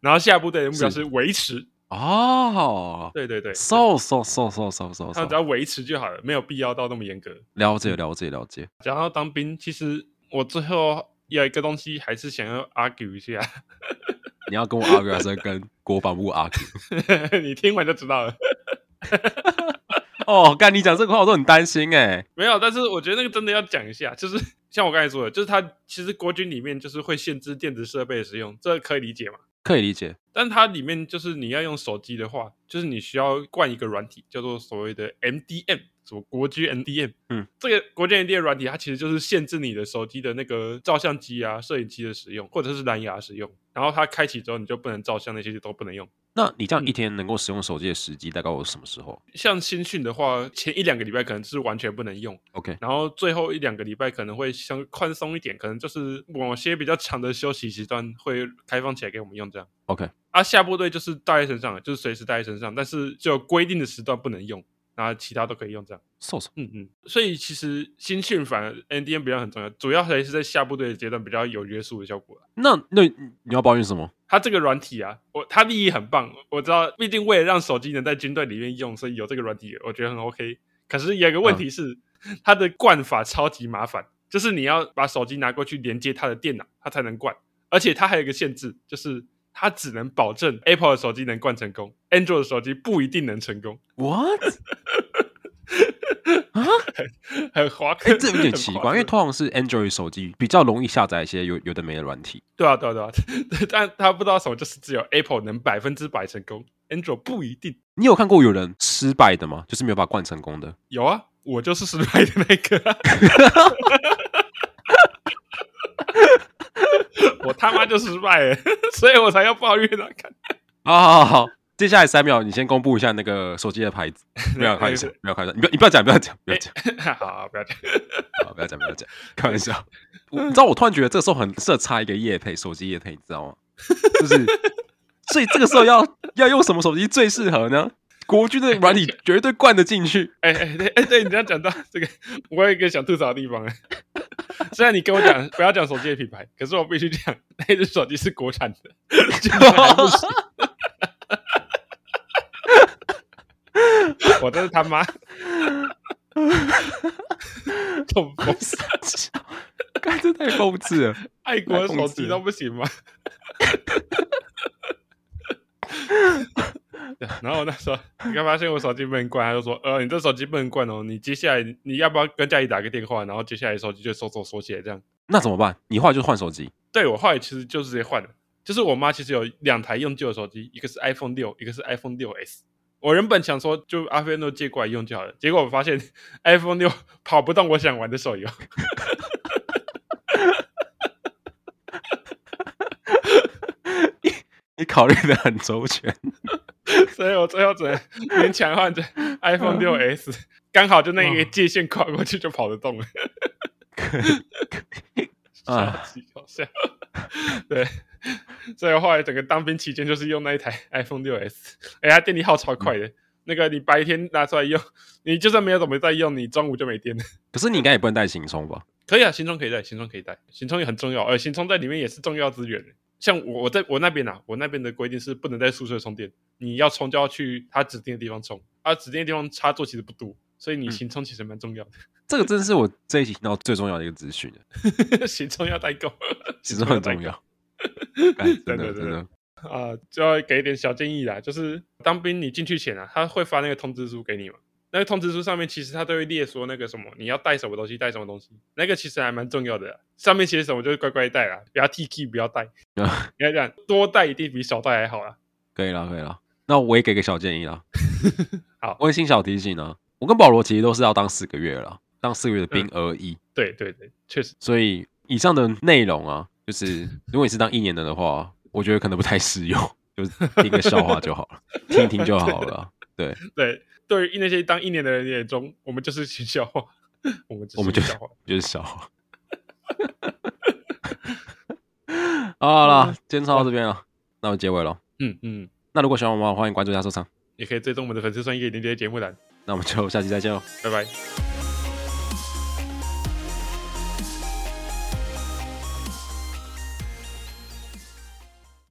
S2: 然后下部队的目标是维持。
S1: 哦、
S2: 对对对，
S1: so so so so so so
S2: 他们只
S1: so，
S2: 要维持就好了，没有必要到那么严格。
S1: 了解了解了解。
S2: 讲到当兵，其实我最后有一个东西还是想要 argue 一下， (laughs)
S1: 你要跟我 argue 还是要跟国防部 argue？
S2: 你听完就知道了。
S1: 哦，干你讲这个话我都很担心哎、欸
S2: 没有，但是我觉得那个真的要讲一下，就是像我刚才说的，就是它其实国军里面就是会限制电子设备的使用，这可以理解嘛？
S1: 可以理解。
S2: 但它里面就是你要用手机的话，就是你需要灌一个软体，叫做所谓的 MDM，什么国际 MDM。
S1: 嗯，
S2: 这个国际 MDM 软体它其实就是限制你的手机的那个照相机啊、摄影机的使用，或者是蓝牙使用。然后它开启之后，你就不能照相，那些就都不能用。
S1: 那你这样一天能够使用手机的时机大概我什么时候
S2: 像新讯的话，前一两个礼拜可能是完全不能用，
S1: ？OK，
S2: 然后最后一两个礼拜可能会相宽松一点，可能就是某些比较长的休息时段会开放起来给我们用这样。
S1: OK
S2: 啊，下部队就是带在身上，就是随时带在身上，但是只有规定的时段不能用，然后其他都可以用这样。
S1: 受伤
S2: 嗯嗯，所以其实新训反而 NDM 比较很重要，主要还是在下部队的阶段比较有约束的效果。
S1: 那那你要抱怨什么？
S2: 它这个软体啊，我它利益很棒，我知道，毕竟为了让手机能在军队里面用，所以有这个软体，我觉得很 OK。可是有一个问
S1: 嗯
S2: 题是，它的灌法超级麻烦，就是你要把手机拿过去连接它的电脑，它才能灌，而且它还有一个限制，就是它只能保证 Apple 的手机能灌成功，Android 的手机不一定能成功， (laughs)
S1: What？啊，
S2: 很滑
S1: 哎、
S2: 稽，
S1: 这有点奇 (laughs) 怪，因为
S2: 很滑稽
S1: 通常是 Android 手机比较容易下载一些有有的没的软体。
S2: 对啊对啊对啊， (laughs) 但他不知道什么，就是只有 Apple 能百分之百成功，Android 不一定。
S1: 你有看过有人失败的吗？就是没有把它灌成功的。
S2: 有啊，我就是失败的那个、啊我他妈就失败了，所以我才要抱怨啊！看
S1: 好好好好，接下来三秒，你先公布一下那个手机的 (laughs) 牌子。不要开玩笑，不要开玩笑，你不要你不要讲，不要讲，不要讲，
S2: (laughs) 好，不要讲。
S1: 好不要讲，不要
S2: (laughs)
S1: 讲，开玩笑。我你知道，我突然觉得这时候很适合插一个夜配，手机夜配，你知道吗？就是，所以这个时候要要用什么手机最适合呢？国军的软体绝对灌得进
S2: (laughs)
S1: 去。
S2: 哎哎对哎对，你这样讲到这个，我有一个想吐槽的地方啊。虽然你跟我讲不要讲手机的品牌，可是我必须讲，那只手机是国产的，竟然还不行。我真是他
S1: (laughs)
S2: 妈痛风！
S1: 看，这太讽刺了。
S2: 爱国的手机都不行吗？ (laughs) 对然后我那时候，你刚发现我手机不能关，他就说：“呃，你这手机不能关哦，你接下来你要不要跟家里打个电话？然后接下来手机就收收缩起来这样。
S1: 那怎么办？你后来就换手机。
S2: 对”我后来其实就直接换了，就是我妈其实有两台用旧的手机，一个是 iPhone 六，一个是 iPhone 六 S。我原本想说就 iPhone 六借过来用就好了，结果我发现 (laughs) iPhone 六跑不动我想玩的手游。
S1: 你考虑的很周全，
S2: 所以我最后只能勉强换成 iPhone 六 S，刚好就那一个界限跨过去就跑得动了。
S1: 啊
S2: 超级搞笑， (laughs) 对，所以我后来整个当兵期间就是用那一台 iPhone 六 S，哎，它电力耗超快的。那个你白天拿出来用，你就算没有怎么在用，你中午就没电了。
S1: 可是你应该也不能带行充吧？
S2: 可以啊，行充可以带，行充可以带，行充也很重要，呃而行充在里面也是重要资源。像我我在我那边啊，我那边的规定是不能在宿舍充电，你要充就要去他指定的地方充，啊，指定的地方插座其实不多，所以你
S1: 嗯
S2: 行充其实蛮重要的，
S1: 这个真是我这一集听到最重要的一个资讯了，
S2: (laughs) 行充要代购，
S1: 其实很
S2: (laughs)
S1: 重要。哎真的
S2: 对对
S1: 真的，
S2: 啊、就要给一点小建议啦，就是当兵你进去前啊，他会发那个通知书给你嘛。那个通知书上面其实他都会列说那个什么，你要带什么东西，带什么东西，那个其实还蛮重要的啦。上面写什么就是乖乖带啦，不要 T K，不
S1: (laughs)
S2: 要带。你
S1: 啊
S2: 要这样多带一定比少带还好啦。
S1: 可以了可以了。那我也给个小建议啦，
S2: 好
S1: 温馨小提醒啊，我跟保罗其实都是要当四个月了，当四个月的兵而已，
S2: 对对对，确实
S1: 所以以上的内容啊，就是如果你是当一年的的话，我觉得可能不太适用，就是听个笑话就好了，听一听就好了啊。对，
S2: 对。对于那些当一年的人眼中，我们就是群笑话， (laughs) 我们只
S1: 我们
S2: 是
S1: 就
S2: 笑话。
S1: 就是笑话。好啦好啦，今天唱到这边了，那我们结尾了。
S2: 嗯嗯，
S1: 那如果喜欢我们的话，欢迎关注加收藏。
S2: 也可以追踪我们的粉丝专业连接节目栏。
S1: 那我们就下期再见喽，
S2: 拜拜。
S1: 拜